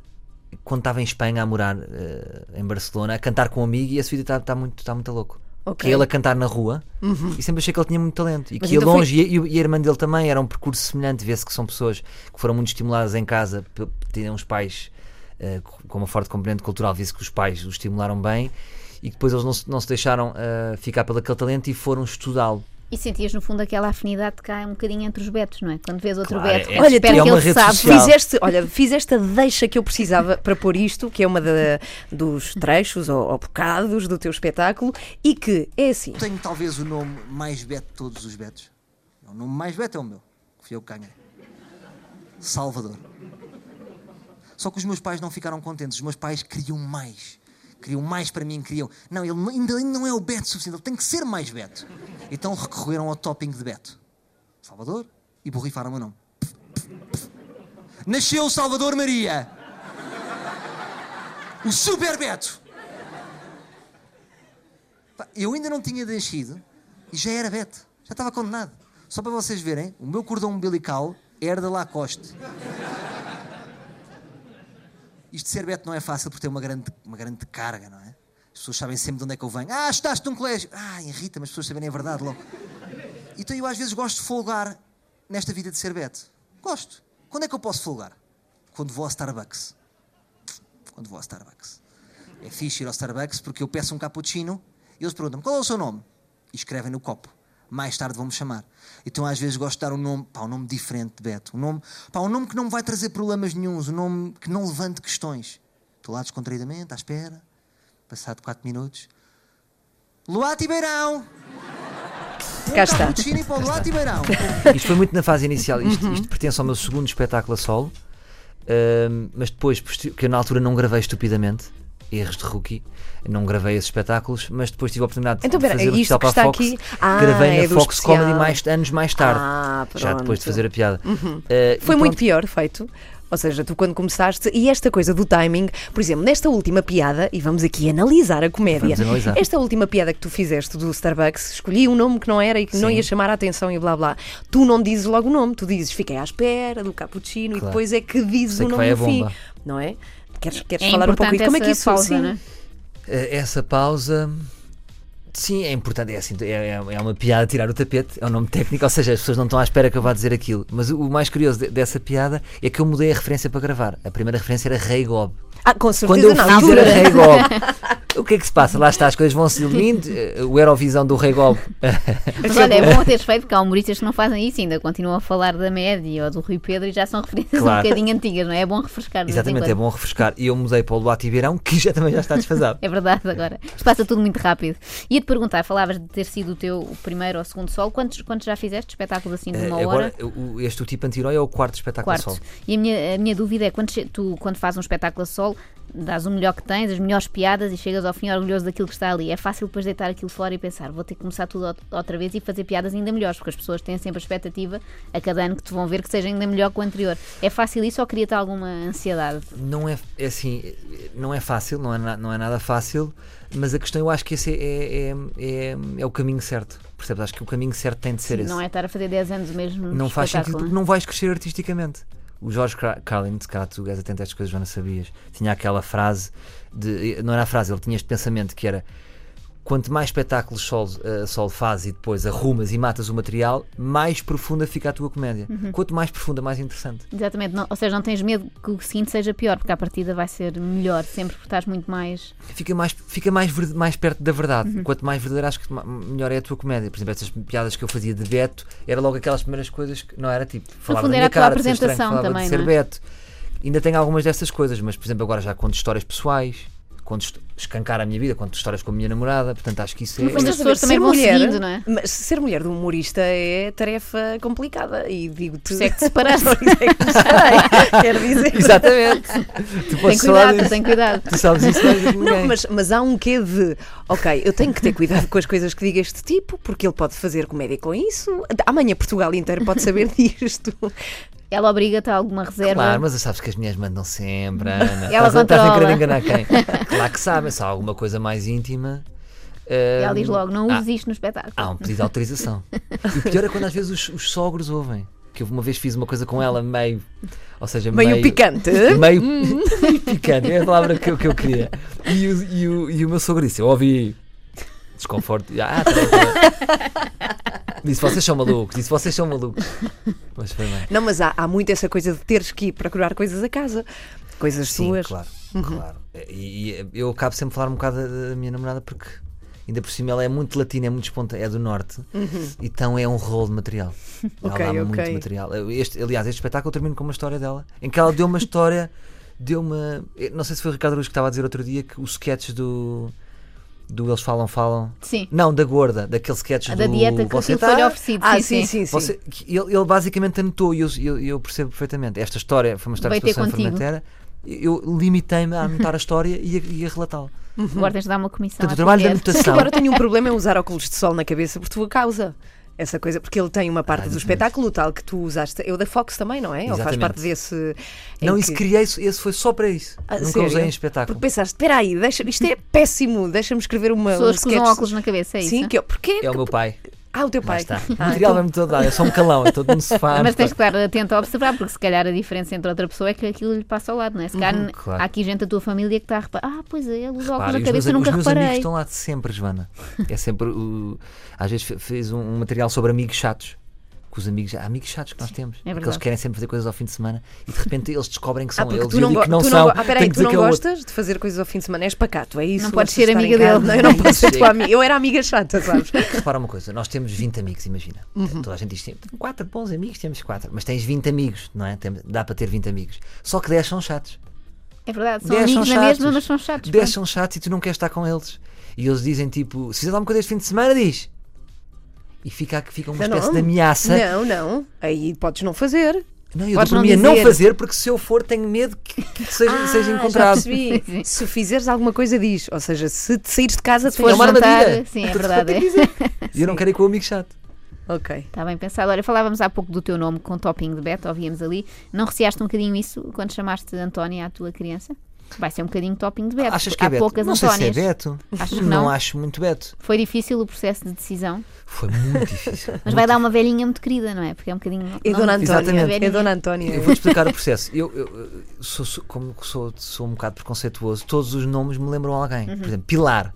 [SPEAKER 3] quando estava em Espanha a morar ah, em Barcelona, a cantar com um amigo, e esse vídeo está muito, tá muito louco.
[SPEAKER 1] Ok.
[SPEAKER 3] Que é ele a cantar na rua e sempre achei que ele tinha muito talento e
[SPEAKER 1] Mas
[SPEAKER 3] que ia
[SPEAKER 1] então foi-
[SPEAKER 3] longe e, e a irmã dele também era um percurso semelhante. Vê-se que são pessoas que foram muito estimuladas em casa, pe- tinham os pais eh, co- com uma forte componente cultural. Vê-se que os pais os estimularam bem e que depois eles não se, não se deixaram eh, ficar pelo aquele talento e foram estudá-lo.
[SPEAKER 4] E sentias no fundo aquela afinidade que cai um bocadinho entre os betos, não é? Quando vês outro
[SPEAKER 3] Claro,
[SPEAKER 4] beto,
[SPEAKER 3] é-
[SPEAKER 4] quando
[SPEAKER 3] Olha,
[SPEAKER 4] espera
[SPEAKER 3] é
[SPEAKER 4] que
[SPEAKER 3] uma
[SPEAKER 4] ele
[SPEAKER 3] rede
[SPEAKER 4] sabe.
[SPEAKER 3] social.
[SPEAKER 1] Fizeste, olha, fizeste a deixa que eu precisava para pôr isto, que é uma da- dos trechos ou, ou bocados do teu espetáculo, e que é assim.
[SPEAKER 5] Tenho talvez o nome mais beto de todos os betos. O nome mais beto é o meu. que Fui eu que ganhei. Salvador. Só que os meus pais não ficaram contentes. Os meus pais queriam mais. Queriam mais para mim, queriam. Não, ele não- ainda ainda não é o Beto suficiente, ele tem que ser mais Beto. Então recorreram ao topping de Beto. Salvador e borrifaram o meu nome. Nasceu Salvador Maria. O Super Beto. Pá, Eu ainda não tinha nascido e já era Beto. Já estava condenado. Só para vocês verem, o meu cordão umbilical era da Lacoste. Isto de ser Beto não é fácil porque tem uma grande, uma grande carga, não é? As pessoas sabem sempre de onde é que eu venho. Ah, estudaste num colégio. Ah, irrita-me as pessoas saberem a verdade logo. Então eu às vezes gosto de folgar nesta vida de ser Beto. Gosto. Quando é que eu posso folgar? Quando vou ao Starbucks. Quando vou ao Starbucks. É fixe ir ao Starbucks porque eu peço um cappuccino e eles perguntam-me qual é o seu nome? E escrevem no copo. Mais tarde vão-me chamar. Então às vezes gosto de dar um nome, pá, um nome diferente de Beto. Um nome, pá, um nome que não me vai trazer problemas nenhuns, um nome que não levante questões. Estou lá descontraídamente, à espera. Passado 4 minutos. Luá Tibeirão! Um
[SPEAKER 1] Cá está.
[SPEAKER 5] cappuccino para o Luá Tibeirão.
[SPEAKER 3] Isto foi muito na fase inicial.
[SPEAKER 1] Uhum.
[SPEAKER 3] Isto, isto pertence ao meu segundo espetáculo a solo, ahm, mas depois, posti- que eu na altura não gravei estupidamente. Erros de rookie, não gravei esses espetáculos, mas depois tive a oportunidade
[SPEAKER 1] Então,
[SPEAKER 3] de
[SPEAKER 1] pera,
[SPEAKER 3] fazer o
[SPEAKER 1] isto que
[SPEAKER 3] especial para a
[SPEAKER 1] está
[SPEAKER 3] Fox.
[SPEAKER 1] aqui- Ah,
[SPEAKER 3] gravei
[SPEAKER 1] é
[SPEAKER 3] na
[SPEAKER 1] do
[SPEAKER 3] Fox
[SPEAKER 1] especial.
[SPEAKER 3] Comedy mais, anos mais tarde,
[SPEAKER 1] Ah,
[SPEAKER 3] já depois de
[SPEAKER 1] pronto. Uhum.
[SPEAKER 3] fazer a piada. Ah, e
[SPEAKER 1] Foi
[SPEAKER 3] pronto.
[SPEAKER 1] muito pior feito. Ou seja, tu quando começaste, e esta coisa do timing, por exemplo, nesta última piada, e vamos aqui analisar a comédia.
[SPEAKER 3] Vamos analisar.
[SPEAKER 1] Esta última piada que tu fizeste do Starbucks, escolhi um nome que não era e que não
[SPEAKER 3] Sim.
[SPEAKER 1] ia chamar a atenção e blá blá. Tu não dizes logo o nome, tu dizes fiquei à espera do cappuccino e
[SPEAKER 3] Claro.
[SPEAKER 1] depois é que dizes
[SPEAKER 3] Sei
[SPEAKER 1] o
[SPEAKER 3] que
[SPEAKER 1] nome
[SPEAKER 3] vai
[SPEAKER 1] no
[SPEAKER 3] a
[SPEAKER 1] fim.
[SPEAKER 3] bomba.
[SPEAKER 1] Não é? Queres, queres
[SPEAKER 4] É
[SPEAKER 1] falar um pouco
[SPEAKER 4] importante
[SPEAKER 1] e como é que
[SPEAKER 4] essa
[SPEAKER 1] isso
[SPEAKER 4] pausa,
[SPEAKER 1] sim,
[SPEAKER 4] não é?
[SPEAKER 3] Eh, Essa pausa. Sim, é importante, é, assim, é, é- é uma piada tirar o tapete, é um nome técnico, ou seja, as pessoas não estão à espera que eu vá dizer aquilo. Mas o, o mais curioso de- dessa piada é que eu mudei a referência para gravar. A primeira referência era Rei Gob.
[SPEAKER 1] Ah, com
[SPEAKER 3] Quando
[SPEAKER 1] certeza
[SPEAKER 3] eu
[SPEAKER 1] na
[SPEAKER 3] fiz
[SPEAKER 1] altura.
[SPEAKER 3] era Rei Gob. O que é que se passa? Lá está, as coisas vão se diluindo. eh, O Eurovisão do Rei Gob.
[SPEAKER 4] Mas olha, é bom teres feito, porque há humoristas que não fazem isso, ainda continuam a falar da Média ou do Rui Pedro e já são referências um
[SPEAKER 3] Claro.
[SPEAKER 4] bocadinho antigas, não é? É bom refrescar. de vez em
[SPEAKER 3] Exatamente, é
[SPEAKER 4] quando.
[SPEAKER 3] bom refrescar. E eu mudei para o Luati Beirão, que já também já está desfasado.
[SPEAKER 4] É verdade, agora. Isto passa tudo muito rápido. Ia-te perguntar, falavas de ter sido o teu o primeiro ou segundo solo. Quantos, quantos já fizeste espetáculos assim de
[SPEAKER 3] Eh,
[SPEAKER 4] uma
[SPEAKER 3] Agora,
[SPEAKER 4] hora?
[SPEAKER 3] o- este o tipo anti-herói é o quarto espetáculo
[SPEAKER 4] Quarto.
[SPEAKER 3] solo.
[SPEAKER 4] E a minha, a minha dúvida é quando, che- tu, quando fazes um espetáculo a solo, dás o melhor que tens, as melhores piadas e chegas ao fim orgulhoso daquilo que está ali. É fácil depois deitar aquilo fora e pensar, vou ter que começar tudo out- outra vez e fazer piadas ainda melhores, porque as pessoas têm sempre a expectativa a cada ano que te vão ver que seja ainda melhor que o anterior. É fácil isso ou cria-te alguma ansiedade?
[SPEAKER 3] não é, é assim, não é fácil, não é, na- não é nada fácil, mas a questão eu acho que esse é, é, é, é o caminho certo. Percebes? Acho que o caminho certo tem de ser esse.
[SPEAKER 4] Não é estar a fazer 10 anos o mesmo
[SPEAKER 3] Não faz sentido
[SPEAKER 4] espetáculo,
[SPEAKER 3] porque
[SPEAKER 4] não é?
[SPEAKER 3] não vais crescer artisticamente. O Jorge Car- Carlin, se calhar tu és atento a estas coisas, já não sabias, tinha aquela frase, de, não era a frase, ele tinha este pensamento que era quanto mais espetáculos sol, eh, sol faz e depois arrumas e matas o material, mais profunda fica a tua comédia.
[SPEAKER 4] Uhum.
[SPEAKER 3] Quanto mais profunda, mais interessante.
[SPEAKER 4] Exatamente, não- ou seja, não tens medo que o seguinte seja pior, porque a partida vai ser melhor sempre, porque estás muito mais.
[SPEAKER 3] fica mais, fica mais, verd- mais perto da
[SPEAKER 4] Uhum.
[SPEAKER 3] verdade. Quanto mais verdadeira, acho que ma- melhor é a tua comédia. Por exemplo, essas piadas que eu fazia de Beto, era logo aquelas primeiras coisas que não era tipo, falava
[SPEAKER 4] fundo,
[SPEAKER 3] da minha
[SPEAKER 4] era a tua
[SPEAKER 3] cara, de ser estranho,
[SPEAKER 4] apresentação
[SPEAKER 3] falava
[SPEAKER 4] também,
[SPEAKER 3] de ser
[SPEAKER 4] não é?
[SPEAKER 3] Beto. Ainda tenho algumas dessas coisas, mas por exemplo, agora já conto histórias pessoais, conto hist- escancar a minha vida, conto histórias com a minha namorada, portanto acho que isso é.
[SPEAKER 4] No fundo,
[SPEAKER 1] Mas
[SPEAKER 4] as
[SPEAKER 1] estás a
[SPEAKER 4] pessoas
[SPEAKER 1] ver,
[SPEAKER 4] também
[SPEAKER 1] ser
[SPEAKER 4] vão seguindo, não é?
[SPEAKER 1] Mas ser mulher de um humorista é tarefa complicada. E digo-te. Por
[SPEAKER 4] isso é que te separaste.
[SPEAKER 1] Quero dizer.
[SPEAKER 3] Exatamente! tu
[SPEAKER 4] Tem
[SPEAKER 3] podes falar
[SPEAKER 4] cuidado,
[SPEAKER 3] disso.
[SPEAKER 4] tem cuidado.
[SPEAKER 3] Tu sabes isso mais do que ninguém.
[SPEAKER 1] Não, mas, mas há um quê de ok, eu tenho que ter cuidado com as coisas que diga este tipo, porque ele pode fazer comédia com isso. Amanhã Portugal inteiro pode saber disto.
[SPEAKER 4] Ela obriga-te a alguma reserva.
[SPEAKER 3] Claro, mas sabes que as mulheres mandam sempre, Ana.
[SPEAKER 4] Ela
[SPEAKER 3] Estás a- estás a querer
[SPEAKER 4] controla.
[SPEAKER 3] enganar quem? Claro que sabem, se há alguma coisa mais íntima.
[SPEAKER 4] E
[SPEAKER 3] hum,
[SPEAKER 4] ela diz logo: não
[SPEAKER 3] há-
[SPEAKER 4] uses isto no espetáculo.
[SPEAKER 3] Há um pedido de autorização. e o pior é quando às vezes os, os sogros ouvem. Que eu uma vez fiz uma coisa com ela meio. Ou seja, meio.
[SPEAKER 1] Meio picante.
[SPEAKER 3] Meio,
[SPEAKER 4] Hum.
[SPEAKER 3] meio picante, é a palavra que eu, que eu queria. E o, e, o, e o meu sogro disse: Eu ouvi desconforto. E, Ah, tá bem, tá bem." Disse: Vocês são malucos, disse: Vocês são malucos. Mas foi bem.
[SPEAKER 1] Não, mas há, há muito essa coisa de teres que ir procurar coisas a casa. Coisas
[SPEAKER 3] Sim,
[SPEAKER 1] suas.
[SPEAKER 3] claro,
[SPEAKER 4] Uhum.
[SPEAKER 3] claro. É, E, e eu acabo sempre a falar um bocado da, da minha namorada porque ainda por cima ela é muito latina, é muito espontânea, é do norte,
[SPEAKER 4] Uhum.
[SPEAKER 3] então é um rolo de material. Ela
[SPEAKER 1] Ok,
[SPEAKER 3] dá
[SPEAKER 1] ok.
[SPEAKER 3] muito material. Eu- Este, aliás, este espetáculo eu termino com uma história dela, em que ela deu uma história, deu uma. eu Não sei se foi o Ricardo Luz que estava a dizer outro dia que os sketches do. Do Eles Falam, Falam.
[SPEAKER 4] Sim.
[SPEAKER 3] Não, da gorda, daquele sketch
[SPEAKER 4] da
[SPEAKER 3] do
[SPEAKER 4] dieta que
[SPEAKER 3] Você
[SPEAKER 4] aquilo
[SPEAKER 3] tá?
[SPEAKER 4] foi-lhe É oferecido.
[SPEAKER 1] Ah,
[SPEAKER 4] sim,
[SPEAKER 1] sim,
[SPEAKER 4] sim.
[SPEAKER 1] sim, sim.
[SPEAKER 3] Você- que ele, ele basicamente anotou e eu, eu- eu percebo perfeitamente. Esta história foi uma história
[SPEAKER 4] Veio ter
[SPEAKER 3] de situação
[SPEAKER 4] contigo.
[SPEAKER 3] informantera. Eu limitei-me a anotar a história e a, e a relatá-la.
[SPEAKER 4] Agora tens Uhum. de dar uma comissão.
[SPEAKER 3] Portanto,
[SPEAKER 4] à
[SPEAKER 3] o trabalho
[SPEAKER 4] tua
[SPEAKER 3] da é
[SPEAKER 4] mulher.
[SPEAKER 1] Só que
[SPEAKER 3] anotação.
[SPEAKER 1] agora tenho um problema em usar óculos de sol na cabeça por tua causa. Essa coisa, porque ele tem uma parte
[SPEAKER 3] Ah,
[SPEAKER 1] do
[SPEAKER 3] exatamente.
[SPEAKER 1] espetáculo tal que tu usaste. Eu da Fox também, não é? Ou faz
[SPEAKER 3] Exatamente.
[SPEAKER 1] parte desse. em
[SPEAKER 3] Não,
[SPEAKER 1] que-
[SPEAKER 3] isso criei, isso- esse foi só para isso.
[SPEAKER 1] É Ah,
[SPEAKER 3] Nunca
[SPEAKER 1] sério?
[SPEAKER 3] usei em espetáculo.
[SPEAKER 1] Porque pensaste, espera aí, deixa, isto é péssimo, deixa-me escrever uma.
[SPEAKER 4] Pessoas
[SPEAKER 1] um
[SPEAKER 4] que usam
[SPEAKER 1] sketch."
[SPEAKER 4] óculos na cabeça, é isso?
[SPEAKER 1] Sim, que eu, porque
[SPEAKER 3] É o meu pai.
[SPEAKER 1] Ah, o teu
[SPEAKER 3] Lá
[SPEAKER 1] pai.
[SPEAKER 3] está. O
[SPEAKER 1] Ah,
[SPEAKER 3] material vai-me todo dar. Eu sou um calão, eu estou no sofá.
[SPEAKER 4] Mas tens que
[SPEAKER 3] portanto,
[SPEAKER 4] estar atento a observar, porque se calhar a diferença entre outra pessoa é que aquilo lhe passa ao lado, não é? Se calhar n-
[SPEAKER 3] Uhum, claro.
[SPEAKER 4] há aqui gente da tua família que está a reparar. Ah, pois é, ele usa óculos
[SPEAKER 3] Claro, e
[SPEAKER 4] na
[SPEAKER 3] os meus,
[SPEAKER 4] cabeça, eu
[SPEAKER 3] am- os
[SPEAKER 4] nunca
[SPEAKER 3] meus amigos
[SPEAKER 4] reparei.
[SPEAKER 3] estão lá de sempre, Joana. É sempre. o- às vezes fe- fiz um, um material sobre amigos chatos. Com os amigos, há amigos chatos que nós temos.
[SPEAKER 4] é
[SPEAKER 3] que eles
[SPEAKER 4] verdade.
[SPEAKER 3] querem sempre fazer coisas ao fim de semana e de repente eles descobrem que
[SPEAKER 1] Ah,
[SPEAKER 3] são
[SPEAKER 1] porque
[SPEAKER 3] eles
[SPEAKER 1] tu
[SPEAKER 3] e eu
[SPEAKER 1] não,
[SPEAKER 3] digo
[SPEAKER 1] go
[SPEAKER 3] que não
[SPEAKER 1] tu
[SPEAKER 3] são.
[SPEAKER 1] não, ah, peraí,
[SPEAKER 3] Tenho que
[SPEAKER 1] tu
[SPEAKER 3] dizer
[SPEAKER 1] não
[SPEAKER 3] que é o outro.
[SPEAKER 1] gostas de fazer coisas ao fim de semana, és pacato, é isso?
[SPEAKER 4] Não
[SPEAKER 1] Gostas de
[SPEAKER 4] podes ser
[SPEAKER 1] estar
[SPEAKER 4] amiga
[SPEAKER 1] em casa?
[SPEAKER 4] dele.
[SPEAKER 1] Não, eu não
[SPEAKER 4] Não,
[SPEAKER 1] posso ser
[SPEAKER 3] chega.
[SPEAKER 1] tua amiga. Eu era amiga chata, sabes?
[SPEAKER 3] Repara uma coisa, nós temos 20 amigos, imagina.
[SPEAKER 4] Uhum.
[SPEAKER 3] Toda a gente diz sempre, quatro bons amigos, temos quatro, mas tens 20 amigos, não é? Tem- dá para ter 20 amigos. Só que 10 são chatos.
[SPEAKER 4] É verdade, são
[SPEAKER 3] 10 são
[SPEAKER 4] amigos na
[SPEAKER 3] chatos.
[SPEAKER 4] mesma, mas são chatos.
[SPEAKER 3] 10 são chatos e tu não queres estar com eles. E eles dizem tipo, se fizer alguma coisa este fim de semana, diz. E fica, fica uma
[SPEAKER 1] Não, não.
[SPEAKER 3] espécie de ameaça.
[SPEAKER 1] Não, não. Aí podes não fazer.
[SPEAKER 3] Não, eu dou
[SPEAKER 4] Podes
[SPEAKER 3] por
[SPEAKER 4] não
[SPEAKER 3] mim a não
[SPEAKER 4] dizer. Ah,
[SPEAKER 3] fazer, porque se eu for, tenho medo que, que seja, Ah, seja
[SPEAKER 1] Já
[SPEAKER 3] encontrado.
[SPEAKER 1] percebi. se fizeres alguma coisa, diz. Ou seja, se te saíres de casa,
[SPEAKER 4] Fores
[SPEAKER 3] É uma
[SPEAKER 1] tens-
[SPEAKER 4] jantar,
[SPEAKER 3] armadilha.
[SPEAKER 4] sim, é verdade. é.
[SPEAKER 3] E eu não quero ir com o amigo chato.
[SPEAKER 1] Ok.
[SPEAKER 4] Está bem pensado. Olha, falávamos há pouco do teu nome com topping de Beto, ouvíamos ali. Não receaste um bocadinho isso quando chamaste Antónia à tua criança? Vai ser um bocadinho topping de Beto.
[SPEAKER 3] Achas que
[SPEAKER 4] Há
[SPEAKER 3] é Beto?
[SPEAKER 4] poucas
[SPEAKER 3] não sei
[SPEAKER 4] Antónias.
[SPEAKER 3] se é Beto.
[SPEAKER 4] Acho que
[SPEAKER 3] não
[SPEAKER 4] não.
[SPEAKER 3] acho muito Beto.
[SPEAKER 4] Foi difícil o processo de decisão,
[SPEAKER 3] Foi muito difícil.
[SPEAKER 4] mas vai dar uma velhinha muito querida, não é? Porque é um bocadinho.
[SPEAKER 1] É
[SPEAKER 4] não-
[SPEAKER 1] Dona Antónia.
[SPEAKER 4] Exatamente.
[SPEAKER 1] É Dona Antónia.
[SPEAKER 3] Eu vou te explicar o processo. Eu, eu, eu sou, sou- como sou,
[SPEAKER 1] Uhum.
[SPEAKER 3] sou um bocado preconceituoso, todos os nomes me lembram alguém. Por exemplo, Pilar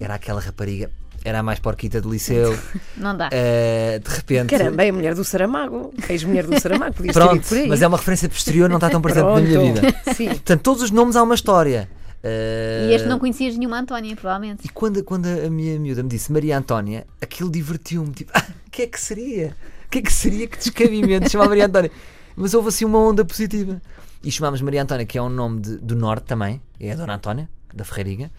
[SPEAKER 3] era aquela rapariga era a mais porquita do liceu.
[SPEAKER 4] Não dá.
[SPEAKER 3] Eh, de repente.
[SPEAKER 1] Caramba, é a mulher do Saramago. Ex-mulher do Saramago, podias ter ido
[SPEAKER 3] Pronto,
[SPEAKER 1] por aí.
[SPEAKER 3] mas é uma referência posterior, não está tão presente na minha
[SPEAKER 1] Pronto.
[SPEAKER 3] vida.
[SPEAKER 1] Sim.
[SPEAKER 3] Portanto, todos os nomes há uma história. Eh,
[SPEAKER 4] E este não conhecias nenhuma Antónia, provavelmente.
[SPEAKER 3] E quando, quando a minha miúda me disse Maria Antónia, aquilo divertiu-me. Tipo, ah, o que é que seria? O que é que seria que descabimento chamar Maria Antónia? Mas houve assim uma onda positiva. E chamámos Maria Antónia, que é um nome de- do Norte também, é a Dona Antónia, da Ferreirinha,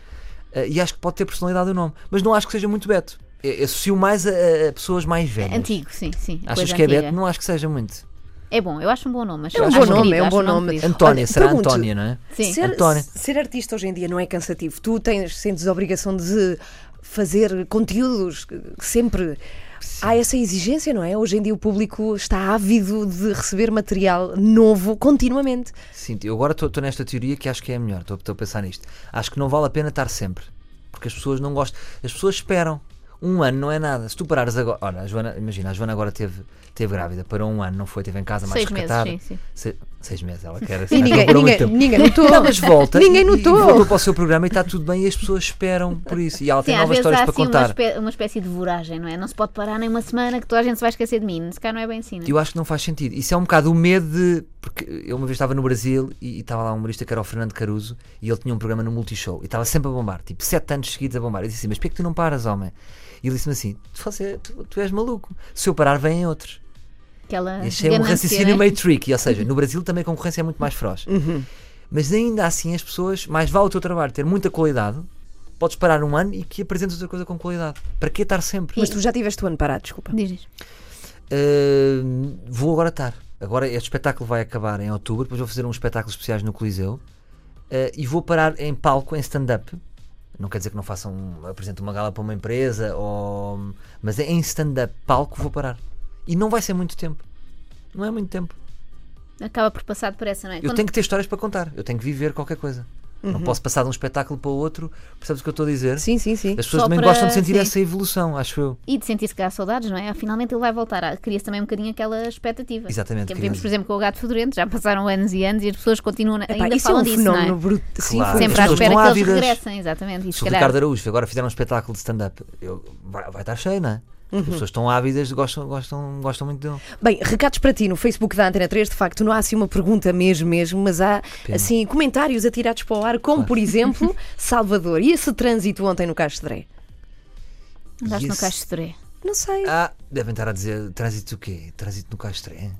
[SPEAKER 3] eh, e acho que pode ter personalidade o nome, mas não acho que seja muito Beto. Eu associo mais a, a pessoas mais velhas.
[SPEAKER 4] Antigo, sim, sim.
[SPEAKER 3] Achas
[SPEAKER 4] coisa
[SPEAKER 3] que é
[SPEAKER 4] antiga.
[SPEAKER 3] Beto? Não acho que seja muito.
[SPEAKER 4] É bom, eu acho um bom nome. acho-
[SPEAKER 1] É um
[SPEAKER 4] acho
[SPEAKER 1] bom nome,
[SPEAKER 4] querido,
[SPEAKER 1] é um
[SPEAKER 4] acho
[SPEAKER 1] bom
[SPEAKER 4] nome
[SPEAKER 1] nome.
[SPEAKER 4] querido.
[SPEAKER 3] Antónia,
[SPEAKER 1] Olha,
[SPEAKER 3] será
[SPEAKER 1] pergunto-
[SPEAKER 3] Antónia, não é?
[SPEAKER 4] Sim.
[SPEAKER 1] Ser,
[SPEAKER 3] Antónia.
[SPEAKER 1] ser artista hoje em dia não é cansativo. Tu tens, sentes a obrigação de fazer conteúdos que sempre. Há essa exigência, não é? Hoje em dia o público está ávido de receber material novo continuamente.
[SPEAKER 3] Sim, eu agora estou nesta teoria que acho que é a melhor, estou a pensar nisto. Acho que não vale a pena estar sempre, porque as pessoas não gostam, as pessoas esperam. Um ano não é nada. Se tu parares agora. Ora, a Joana, imagina, a Joana agora teve, teve grávida, parou um ano, não foi, teve em casa mais
[SPEAKER 4] Seis meses,
[SPEAKER 3] recatada.
[SPEAKER 4] sim, sim.
[SPEAKER 3] Se- seis meses, ela quer
[SPEAKER 1] E ninguém, ninguém, ninguém notou.
[SPEAKER 3] Não, mas volta.
[SPEAKER 1] Ninguém
[SPEAKER 3] e-
[SPEAKER 1] notou.
[SPEAKER 3] E voltou para o seu programa e está tudo bem e as pessoas esperam por isso. E ela
[SPEAKER 4] Sim,
[SPEAKER 3] tem
[SPEAKER 4] às
[SPEAKER 3] novas
[SPEAKER 4] vezes
[SPEAKER 3] histórias
[SPEAKER 4] há
[SPEAKER 3] para
[SPEAKER 4] assim uma,
[SPEAKER 3] contar.
[SPEAKER 4] espé- uma espécie de voragem, não é? Não se pode parar nem uma semana que toda a gente se vai esquecer de mim. Se calhar não é bem assim, não é?
[SPEAKER 3] Eu acho que não faz sentido. Isso é um bocado o medo de. Porque eu uma vez estava no Brasil e, e estava lá um humorista que era o Fernando Caruso e ele tinha um programa no Multishow e estava sempre a bombar, tipo, sete anos seguidos a bombar. Eu disse assim: Mas porquê que tu não paras, homem? E ele disse-me assim: tu, você- tu- tu és maluco. Se eu parar, vêm outros.
[SPEAKER 4] Aquela
[SPEAKER 3] Este é um
[SPEAKER 4] ganância,
[SPEAKER 3] raciocínio
[SPEAKER 4] não é?
[SPEAKER 3] meio tricky. Ou seja, no Brasil também a concorrência é muito mais feroz. Mas ainda assim, as pessoas. Mais vale o teu trabalho ter muita qualidade. Podes parar um ano e que apresentes outra coisa com qualidade. Para que estar sempre?
[SPEAKER 1] Mas tu já tiveste o ano parado, desculpa.
[SPEAKER 4] Diz, diz.
[SPEAKER 3] Uh, vou agora estar. Agora este espetáculo vai acabar em outubro, depois vou fazer uns espetáculos especiais no Coliseu uh, e vou parar em palco, em stand-up. Não quer dizer que não façam, um, apresento uma gala para uma empresa, ou... mas é em stand-up, palco, vou parar. E não vai ser muito tempo. Não é muito tempo.
[SPEAKER 4] Acaba por passar depressa, não é?
[SPEAKER 3] Eu tenho que ter histórias para contar, eu tenho que viver qualquer coisa.
[SPEAKER 4] Uhum.
[SPEAKER 3] Não posso passar de um espetáculo para o outro, percebes o que eu estou a dizer?
[SPEAKER 1] Sim, sim, sim.
[SPEAKER 3] As pessoas
[SPEAKER 4] Só
[SPEAKER 3] também
[SPEAKER 4] para-
[SPEAKER 3] gostam de sentir
[SPEAKER 4] sim.
[SPEAKER 3] essa evolução, acho eu.
[SPEAKER 4] E de sentir-se cá saudades, não é? Ah, Finalmente ele vai voltar. Ah, Cria-se também um bocadinho aquela expectativa.
[SPEAKER 3] Exatamente,
[SPEAKER 4] Que
[SPEAKER 3] criamos-
[SPEAKER 4] Vimos, por exemplo, com o Gato Fedorento, já passaram anos e anos e as pessoas continuam
[SPEAKER 1] Epá,
[SPEAKER 4] ainda
[SPEAKER 1] isso é
[SPEAKER 4] falam
[SPEAKER 1] um
[SPEAKER 4] disso, não é?
[SPEAKER 1] fenómeno bruto. Sim,
[SPEAKER 3] Claro.
[SPEAKER 1] foi- um
[SPEAKER 4] Sempre à
[SPEAKER 3] As pessoas
[SPEAKER 4] espera
[SPEAKER 3] estão
[SPEAKER 4] que eles
[SPEAKER 3] ávidas.
[SPEAKER 4] regressem, exatamente. E se
[SPEAKER 3] Se o
[SPEAKER 4] calhar...
[SPEAKER 3] Ricardo Araújo agora fizer um espetáculo de stand-up, eu- vai, vai estar cheio, não é? Porque As pessoas estão ávidas, gostam, gostam, gostam muito dele.
[SPEAKER 1] Bem, recados para ti no Facebook da Antena 3, de facto, não há assim uma pergunta mesmo, mesmo, mas há
[SPEAKER 3] pena.
[SPEAKER 1] assim comentários atirados para o ar, como por exemplo, Salvador. E esse trânsito ontem no Castro
[SPEAKER 4] Andaste no
[SPEAKER 3] Yes.
[SPEAKER 4] Caixo de Toré.
[SPEAKER 1] Não sei.
[SPEAKER 3] Ah, devem estar a dizer trânsito o quê? Trânsito no é?" Castré.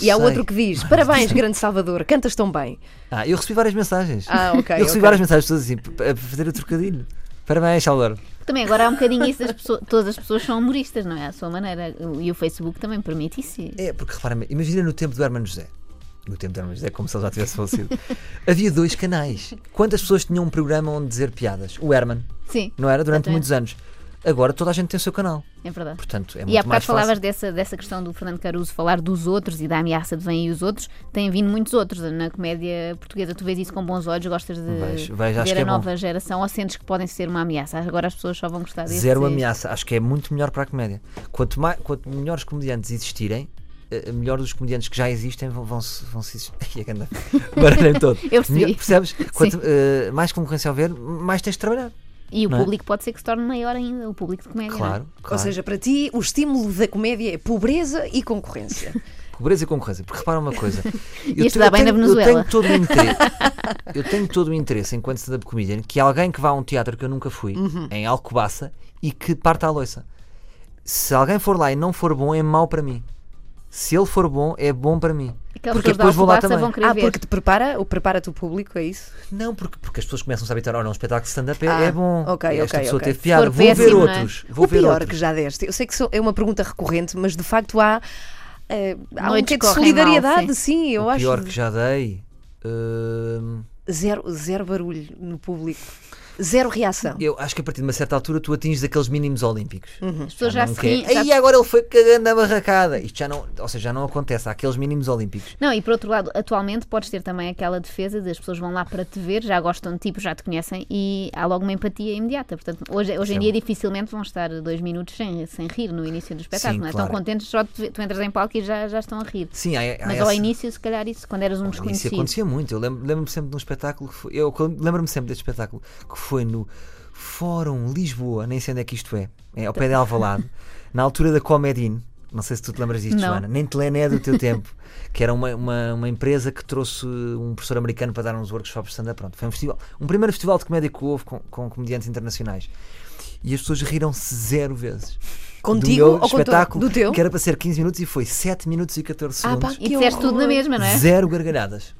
[SPEAKER 1] e há outro que diz: Parabéns,
[SPEAKER 3] é-
[SPEAKER 1] grande Salvador, cantas tão bem.
[SPEAKER 3] Ah, eu recebi várias mensagens.
[SPEAKER 1] Ah, ok,
[SPEAKER 3] Eu recebi
[SPEAKER 1] ok.
[SPEAKER 3] várias mensagens todas assim, p- a fazer o trocadilho. Parabéns, Salvador.
[SPEAKER 4] Também agora há um bocadinho isso das pessoas, todas as pessoas são humoristas, não é? À sua maneira. E o Facebook também permite isso.
[SPEAKER 3] É, porque repara, imagina no tempo do Hermano José. No tempo do Hermano José, como se ele já tivesse falecido. Havia dois canais. Quantas pessoas tinham um programa onde dizer piadas? O Herman,
[SPEAKER 4] Sim,
[SPEAKER 3] não era? Durante
[SPEAKER 4] Exatamente.
[SPEAKER 3] muitos anos. Agora toda a gente tem o seu canal.
[SPEAKER 4] é verdade.
[SPEAKER 3] Portanto, é
[SPEAKER 4] E há
[SPEAKER 3] muito
[SPEAKER 4] bocado
[SPEAKER 3] mais fácil.
[SPEAKER 4] falavas dessa, dessa questão do Fernando Caruso falar dos outros e da ameaça de vêm e os outros. Têm vindo muitos outros na comédia portuguesa. Tu vês isso com bons olhos, gostas de
[SPEAKER 3] Vejo, vejo, acho
[SPEAKER 4] ver
[SPEAKER 3] que
[SPEAKER 4] a
[SPEAKER 3] é bom.
[SPEAKER 4] nova geração ou sentes que podem ser uma ameaça? Agora as pessoas só vão gostar desse.
[SPEAKER 3] Zero ameaça. Acho que é muito melhor para a comédia. Quanto, mais, quanto melhores comediantes existirem, eh, melhor dos comediantes que já existem vão, vão se. Vão -se Ai, a ganda- baralhei-me todo.
[SPEAKER 4] Eu percebi.
[SPEAKER 3] Melhor- percebes? Quanto eh, mais concorrência houver, mais tens de trabalhar.
[SPEAKER 4] E o
[SPEAKER 3] Não é?
[SPEAKER 4] público pode ser que se torne maior ainda, o público de comédia. não é?
[SPEAKER 3] Claro, claro.
[SPEAKER 1] Ou seja, para ti, o estímulo da comédia é pobreza e concorrência.
[SPEAKER 3] Pobreza e concorrência. Porque repara uma coisa. eu,
[SPEAKER 4] Isto dá bem na
[SPEAKER 3] tenho, eu
[SPEAKER 4] Venezuela.
[SPEAKER 3] tenho todo o interesse. eu tenho todo o interesse, enquanto stand-up comedian, que alguém que vá a um teatro que eu nunca fui,
[SPEAKER 4] Uhum.
[SPEAKER 3] em Alcobaça, e que parta a loiça. Se alguém for lá e não for bom, é mau para mim. Se ele for bom, é bom para mim.
[SPEAKER 4] Aquelas
[SPEAKER 3] porque
[SPEAKER 4] pessoas da
[SPEAKER 3] depois vou lá
[SPEAKER 4] Alcobaça
[SPEAKER 3] também.
[SPEAKER 4] vão querer
[SPEAKER 1] ah,
[SPEAKER 4] ver.
[SPEAKER 1] porque te prepara, o prepara-te o público, é isso?
[SPEAKER 3] Não, porque, porque as pessoas começam a se habituar. Olha, um espetáculo de stand-up é,
[SPEAKER 1] Ah,
[SPEAKER 3] é bom.
[SPEAKER 1] ok,
[SPEAKER 3] Esta
[SPEAKER 1] ok,
[SPEAKER 3] pessoa
[SPEAKER 1] ok.
[SPEAKER 3] teve piada.
[SPEAKER 4] Se for
[SPEAKER 3] Vou ver
[SPEAKER 4] péssimo, não é?
[SPEAKER 3] outros. Vou
[SPEAKER 1] o
[SPEAKER 3] ver
[SPEAKER 1] pior
[SPEAKER 3] outros.
[SPEAKER 1] que já deste. Eu sei que sou- é uma pergunta recorrente, mas de facto há. eh, há um
[SPEAKER 4] Noites
[SPEAKER 1] quê de
[SPEAKER 4] correm mal,
[SPEAKER 1] solidariedade,
[SPEAKER 4] sim.
[SPEAKER 1] sim, eu
[SPEAKER 3] o
[SPEAKER 1] acho.
[SPEAKER 3] pior que já dei. hum,
[SPEAKER 1] Zero, zero barulho no público. Zero reação.
[SPEAKER 3] eu acho que a partir de uma certa altura tu atinges aqueles mínimos olímpicos.
[SPEAKER 4] As pessoas já,
[SPEAKER 3] não
[SPEAKER 4] se
[SPEAKER 3] quer.
[SPEAKER 4] riem, já
[SPEAKER 3] Aí agora ele foi cagando a barracada. Isto já não, ou seja, já não acontece. Há aqueles mínimos olímpicos.
[SPEAKER 4] Não, e por outro lado, atualmente podes ter também aquela defesa das pessoas vão lá para te ver, já gostam de ti, já te conhecem e há logo uma empatia imediata. Portanto, hoje, hoje em
[SPEAKER 3] Sim.
[SPEAKER 4] dia dificilmente vão estar dois minutos sem, sem rir no início do espetáculo,
[SPEAKER 3] Sim,
[SPEAKER 4] não é?
[SPEAKER 3] claro.
[SPEAKER 4] Estão contentes, só te, tu entras em palco e já, já estão a rir.
[SPEAKER 3] Sim, há, há
[SPEAKER 4] Mas
[SPEAKER 3] essa-
[SPEAKER 4] ao início, se calhar, isso, quando eras um
[SPEAKER 3] ao início
[SPEAKER 4] desconhecido.
[SPEAKER 3] acontecia muito. Eu lembro- lembro-me sempre de um espetáculo. que foi- eu lembro-me sempre deste espetáculo que foi no Fórum Lisboa, nem sei onde é que isto é, é ao pé de Alvalade, na altura da Comedin. Não sei se tu te lembras disto,
[SPEAKER 4] Não.
[SPEAKER 3] Joana. Nem Telené é do teu tempo, que era uma, uma, uma empresa que trouxe um professor americano para dar uns workshops de stand-up. Pronto, foi um festival, um primeiro festival de comédia que houve com, com comediantes internacionais. E as pessoas riram-se zero vezes.
[SPEAKER 1] Contigo
[SPEAKER 3] do
[SPEAKER 1] Um ou
[SPEAKER 3] meu
[SPEAKER 1] com to-
[SPEAKER 3] espetáculo,
[SPEAKER 1] do teu?
[SPEAKER 3] que é- era para ser 15 minutos e foi 7 minutos e 14
[SPEAKER 1] Ah, pá,
[SPEAKER 3] segundos.
[SPEAKER 4] E
[SPEAKER 1] Que
[SPEAKER 4] disseste tudo na
[SPEAKER 1] horror.
[SPEAKER 4] mesma, não é?
[SPEAKER 3] Zero gargalhadas.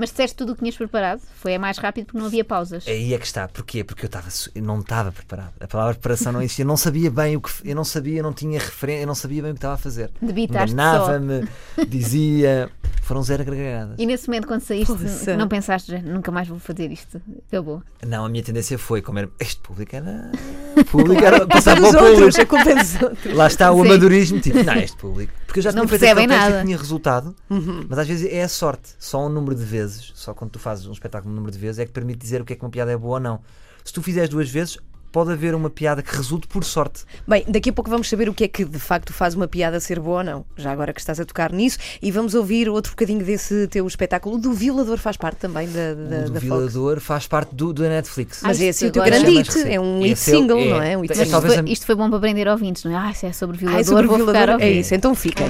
[SPEAKER 4] Mas disseste tudo o que tinhas preparado. Foi a mais rápido porque não havia pausas.
[SPEAKER 3] Aí é que está. Porquê? Porque eu, estava su- eu não estava preparado. A palavra preparação não existia. Eu não sabia bem o que. f- Eu não sabia, eu não tinha referência, eu não sabia bem o que estava a fazer.
[SPEAKER 4] Debitaste
[SPEAKER 3] Enganava-me, dizia. Foram zero gargalhadas.
[SPEAKER 4] E nesse momento, quando saíste,
[SPEAKER 3] é.
[SPEAKER 1] Poça.
[SPEAKER 4] não pensaste, "Já nunca mais vou fazer isto. Acabou.
[SPEAKER 3] Não, a minha tendência foi, como era. Este público era. o Público era passar
[SPEAKER 1] Para
[SPEAKER 3] para o
[SPEAKER 1] os outros,
[SPEAKER 3] público.
[SPEAKER 1] a culpa é dos outros.
[SPEAKER 3] Lá está o
[SPEAKER 4] Sim.
[SPEAKER 3] amadorismo, tipo, não, este público. Porque eu já
[SPEAKER 4] Não
[SPEAKER 3] tinha feito
[SPEAKER 4] percebem
[SPEAKER 3] aquele teste
[SPEAKER 4] nada.
[SPEAKER 3] e tinha resultado,
[SPEAKER 1] Uhum.
[SPEAKER 3] mas às vezes é a sorte. Só um número de vezes, só quando tu fazes um espetáculo um número de vezes, é que permite dizer o que é que uma piada é boa ou não. Se tu fizeres duas vezes, pode haver uma piada que resulte por sorte.
[SPEAKER 1] Bem, daqui a pouco vamos saber o que é que de facto faz uma piada ser boa ou não, já agora que estás a tocar nisso, e vamos ouvir outro bocadinho desse teu espetáculo. O do Violador faz parte também da, da,
[SPEAKER 3] o do
[SPEAKER 1] da Fox.
[SPEAKER 3] Violador faz parte do, do Netflix.
[SPEAKER 1] Mas
[SPEAKER 4] Ah,
[SPEAKER 1] esse é o
[SPEAKER 4] isto
[SPEAKER 1] teu
[SPEAKER 4] agora
[SPEAKER 1] grande
[SPEAKER 3] já é mais
[SPEAKER 1] hit, é um hit
[SPEAKER 3] recente. Esse é o-
[SPEAKER 1] single,
[SPEAKER 3] é.
[SPEAKER 1] não é? Um hit
[SPEAKER 3] Mas
[SPEAKER 4] Mas
[SPEAKER 1] single.
[SPEAKER 4] isto
[SPEAKER 3] talvez
[SPEAKER 4] foi,
[SPEAKER 3] a-
[SPEAKER 4] isto foi bom para aprender ouvintes, não é? Ah, isso é sobre
[SPEAKER 1] Ah,
[SPEAKER 4] violador,
[SPEAKER 1] é sobre
[SPEAKER 4] vou ficar a
[SPEAKER 1] violador. É
[SPEAKER 4] ouvir.
[SPEAKER 1] isso, então fiquem.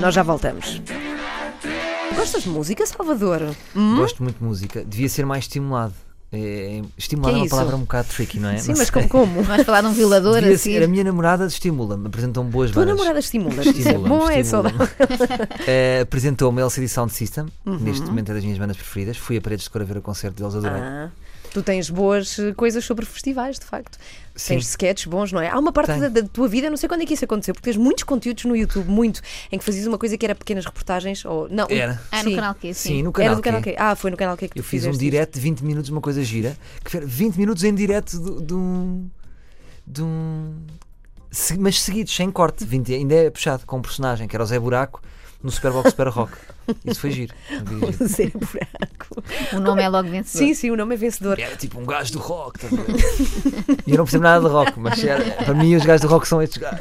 [SPEAKER 1] Nós já voltamos. Gostas de música, Salvador?
[SPEAKER 3] É,
[SPEAKER 1] Hum?
[SPEAKER 3] Gosto muito de música. Devia ser mais estimulado. É, é- estimulado
[SPEAKER 1] Que é
[SPEAKER 3] é uma
[SPEAKER 1] isso?
[SPEAKER 3] palavra um bocado tricky, não é?
[SPEAKER 1] Sim,
[SPEAKER 3] Não
[SPEAKER 1] mas
[SPEAKER 3] sei.
[SPEAKER 1] como? como?
[SPEAKER 4] Vais falar de um violador
[SPEAKER 3] Devia
[SPEAKER 4] assim?
[SPEAKER 3] ser- a minha namorada estimula-me, apresentam boas
[SPEAKER 1] Tua
[SPEAKER 3] bandas.
[SPEAKER 1] namorada estimula.
[SPEAKER 3] Estimula-me,
[SPEAKER 1] Bom, é
[SPEAKER 3] estimula-me.
[SPEAKER 1] saudável. Uhum.
[SPEAKER 3] Eh, Apresentou-me a LCD Sound System, neste momento é das minhas bandas preferidas. Fui a Paredes de Cor a ver o concerto deles, adorei.
[SPEAKER 1] Ah, tu tens boas eh, coisas sobre festivais, de facto.
[SPEAKER 3] Sim.
[SPEAKER 1] Tens sketches bons, não é? Há uma parte
[SPEAKER 3] Tenho.
[SPEAKER 1] da, da tua vida, não sei quando é que isso aconteceu, porque tens muitos conteúdos no YouTube, muito, em que fazias uma coisa que era pequenas reportagens ou. Não, o-
[SPEAKER 3] Era.
[SPEAKER 4] Ah, no
[SPEAKER 1] sim.
[SPEAKER 4] canal Q,
[SPEAKER 3] Sim,
[SPEAKER 4] sim.
[SPEAKER 3] no
[SPEAKER 1] Era
[SPEAKER 3] canal.
[SPEAKER 1] do canal
[SPEAKER 3] Q.
[SPEAKER 1] Q. Ah, foi no canal Q que
[SPEAKER 3] Eu
[SPEAKER 1] tu
[SPEAKER 3] fiz um
[SPEAKER 1] fizeste
[SPEAKER 3] direto de 20 minutos, uma coisa gira, que foi 20 minutos em direto do- de um. de um. se- Mas seguidos, sem corte, 20, ainda é puxado, com um personagem, que era o Zé Buraco, no Super Bowl Super Rock. Isso foi giro. Um foi giro.
[SPEAKER 1] isto. Zé Buraco.
[SPEAKER 4] O nome é logo vencedor.
[SPEAKER 1] Sim, sim, o nome é vencedor.
[SPEAKER 3] Era tipo um gajo do rock
[SPEAKER 5] tá
[SPEAKER 3] também. E eu não percebo nada de rock, mas era- para mim os gajos do rock são estes gajos.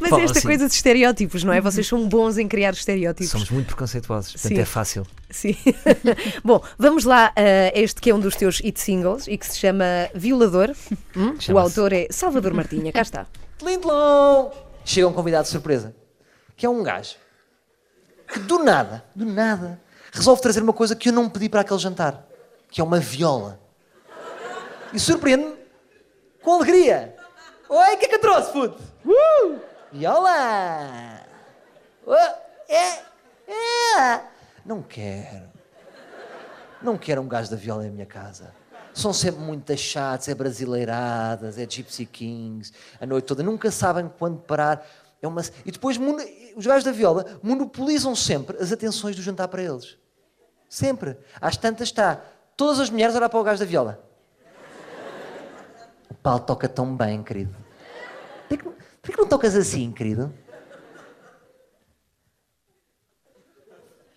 [SPEAKER 1] Mas
[SPEAKER 3] Bom,
[SPEAKER 1] esta
[SPEAKER 3] assim,
[SPEAKER 1] coisa de estereótipos, não é? Vocês são bons em criar estereótipos.
[SPEAKER 3] Uhum. Somos muito preconceituosos, portanto
[SPEAKER 1] Sim.
[SPEAKER 3] é fácil.
[SPEAKER 1] Sim. Bom, vamos lá a este que é um dos teus hit singles e que se chama Violador. Hum? O
[SPEAKER 3] Chama-se.
[SPEAKER 1] autor é Salvador Martinha, cá está.
[SPEAKER 5] Lindlon! Chega um convidado de surpresa, que é um gajo que do nada, do nada, resolve trazer uma coisa que eu não pedi para aquele jantar, que é uma viola. E surpreende-me com alegria. Oi, o que é que eu trouxe, puto? Uh! Viola! Oh, é, é! Não quero. Não quero um gajo da viola em minha casa. São sempre muito chatos, é brasileiradas, é Gypsy Kings, a noite toda. Nunca sabem quando parar. É uma... E depois mono- os gajos da viola monopolizam sempre as atenções do jantar para eles. Sempre. Às tantas está todas as mulheres a olhar para o gajo da viola. O pau toca tão bem, querido. Por que, por que não tocas assim, querido?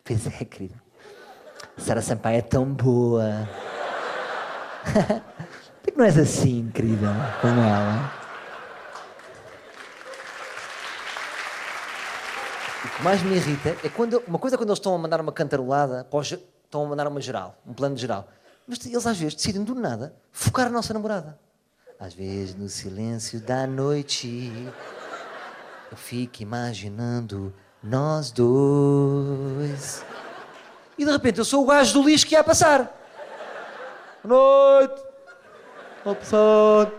[SPEAKER 5] Pois é, querido. Sara Sampaio é tão boa. Por que não és assim, querida, como ela? O que mais me irrita é quando. Uma coisa é quando eles estão a mandar uma cantarolada, para o ge- estão a mandar uma geral, um plano de geral. Mas eles às vezes decidem do nada focar a nossa namorada. Às vezes no silêncio da noite. Eu fico imaginando nós dois. E de repente eu sou o gajo do lixo que ia a passar. Boa noite. Boa passar.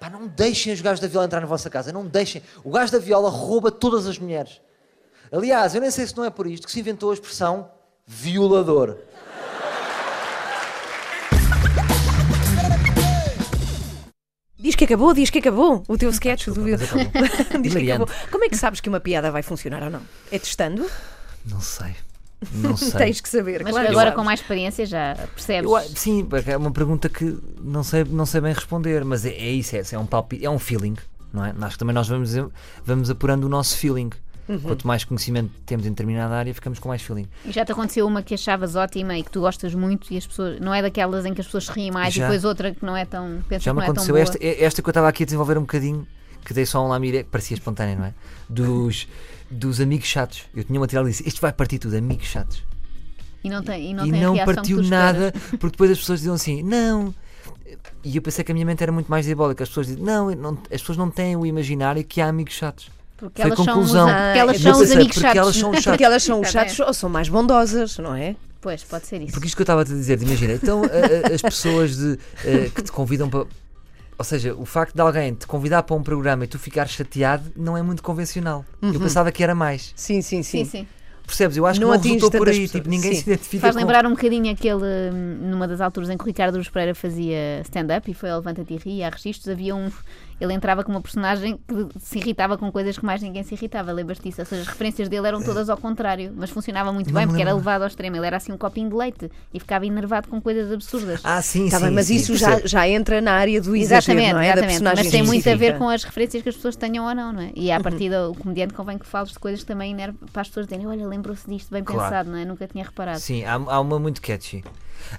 [SPEAKER 5] Pá, não deixem os gajos da viola entrar na vossa casa. Não deixem. O gajo da viola rouba todas as mulheres. Aliás, eu nem sei se não é por isto que se inventou a expressão violador.
[SPEAKER 1] Diz que acabou, diz que acabou o teu sketch do
[SPEAKER 3] desculpa,
[SPEAKER 1] Violador.
[SPEAKER 3] mas
[SPEAKER 1] diz que
[SPEAKER 3] Hilariante.
[SPEAKER 1] acabou. Como é que sabes que uma piada vai funcionar ou não? É testando?
[SPEAKER 3] Não sei. Não sei.
[SPEAKER 1] Tens que saber.
[SPEAKER 4] Mas
[SPEAKER 1] claro que
[SPEAKER 4] agora
[SPEAKER 1] sabes.
[SPEAKER 4] com mais experiência já percebes.
[SPEAKER 3] Eu a- sim, é uma pergunta que não sei, não sei bem responder, mas é, é isso, é, é um palpite, é um feeling, não é? Acho que também nós vamos, vamos apurando o nosso feeling.
[SPEAKER 5] Uhum.
[SPEAKER 3] Quanto mais conhecimento temos em determinada área, ficamos com mais feeling.
[SPEAKER 4] E já te aconteceu uma que achavas ótima e que tu gostas muito e as pessoas. Não é daquelas em que as pessoas se riem mais e
[SPEAKER 3] Já.
[SPEAKER 4] depois outra que não é tão. Pensa
[SPEAKER 3] Já
[SPEAKER 4] que
[SPEAKER 3] me
[SPEAKER 4] não é tão
[SPEAKER 3] aconteceu
[SPEAKER 4] boa.
[SPEAKER 3] esta, é- esta que eu estava aqui a desenvolver um bocadinho, que dei só um lamiré, que parecia espontâneo, não é? Dos, dos amigos chatos. Eu tinha uma tirada e disse: Isto vai partir tudo, amigos chatos.
[SPEAKER 4] E não tem, e não
[SPEAKER 3] e
[SPEAKER 4] tem a
[SPEAKER 3] não
[SPEAKER 4] reação que
[SPEAKER 3] partiu
[SPEAKER 4] tu esperas.
[SPEAKER 3] nada, porque depois as pessoas diziam assim: não, E eu pensei que a minha mente era muito mais diabólica. As pessoas dizem, não, eu não- as pessoas não têm o imaginário que há amigos chatos.
[SPEAKER 4] Porque
[SPEAKER 3] Foi
[SPEAKER 4] elas são os,
[SPEAKER 3] conclusão.
[SPEAKER 4] porque elas
[SPEAKER 3] Eu
[SPEAKER 4] são os
[SPEAKER 3] pensei,
[SPEAKER 4] amigos
[SPEAKER 3] porque
[SPEAKER 4] chatos.
[SPEAKER 3] elas são os chatos.
[SPEAKER 1] Porque elas são os
[SPEAKER 4] Está bem.
[SPEAKER 1] chatos ou são mais bondosas, não é?
[SPEAKER 4] Pois, pode ser isso.
[SPEAKER 3] Porque isto que eu estava a te dizer, imagina, então a- a- as pessoas de, eh, que te convidam para. Ou seja, o facto de alguém te convidar para um programa e tu ficar chateado não é muito convencional.
[SPEAKER 4] Uhum.
[SPEAKER 3] Eu pensava que era mais.
[SPEAKER 1] Sim, sim, sim.
[SPEAKER 4] Sim, sim.
[SPEAKER 3] Percebes? Eu acho
[SPEAKER 1] Não
[SPEAKER 3] que não
[SPEAKER 1] atinge
[SPEAKER 3] resultou por
[SPEAKER 1] tantas
[SPEAKER 3] aí.
[SPEAKER 1] pessoas.
[SPEAKER 3] Tipo, ninguém
[SPEAKER 1] Sim.
[SPEAKER 3] se identifica
[SPEAKER 4] Faz
[SPEAKER 3] com...
[SPEAKER 4] lembrar um bocadinho aquele, hum, numa das alturas em que o Ricardo Aruz Pereira fazia stand-up e foi ao Levanta-te e ri, há registros, havia um... Ele entrava com uma personagem que se irritava com coisas que mais ninguém se irritava, lembras disso? Ou seja, as referências dele eram todas ao contrário, mas funcionava muito
[SPEAKER 3] Não
[SPEAKER 4] bem
[SPEAKER 3] me
[SPEAKER 4] porque era
[SPEAKER 3] lembro.
[SPEAKER 4] levado ao extremo. Ele era assim um copinho de leite e ficava enervado com coisas absurdas.
[SPEAKER 3] Ah, sim,
[SPEAKER 1] Está
[SPEAKER 3] sim.
[SPEAKER 1] Tá bem, mas
[SPEAKER 3] sim,
[SPEAKER 1] isso já,
[SPEAKER 3] percebo.
[SPEAKER 1] já entra na área do exagero,
[SPEAKER 4] Exatamente,
[SPEAKER 1] não é? Da
[SPEAKER 4] exatamente.
[SPEAKER 1] personagem
[SPEAKER 4] mas tem muito a ver
[SPEAKER 1] específica. Uhum.
[SPEAKER 4] com as referências que as pessoas tenham ou não, não é? E à partida, o comediante convém que fales de coisas que também enerva para as pessoas dizerem: olha, lembrou-se disto, bem
[SPEAKER 3] Claro.
[SPEAKER 4] pensado, não é? Nunca tinha reparado.
[SPEAKER 3] Sim, há, há uma muito catchy.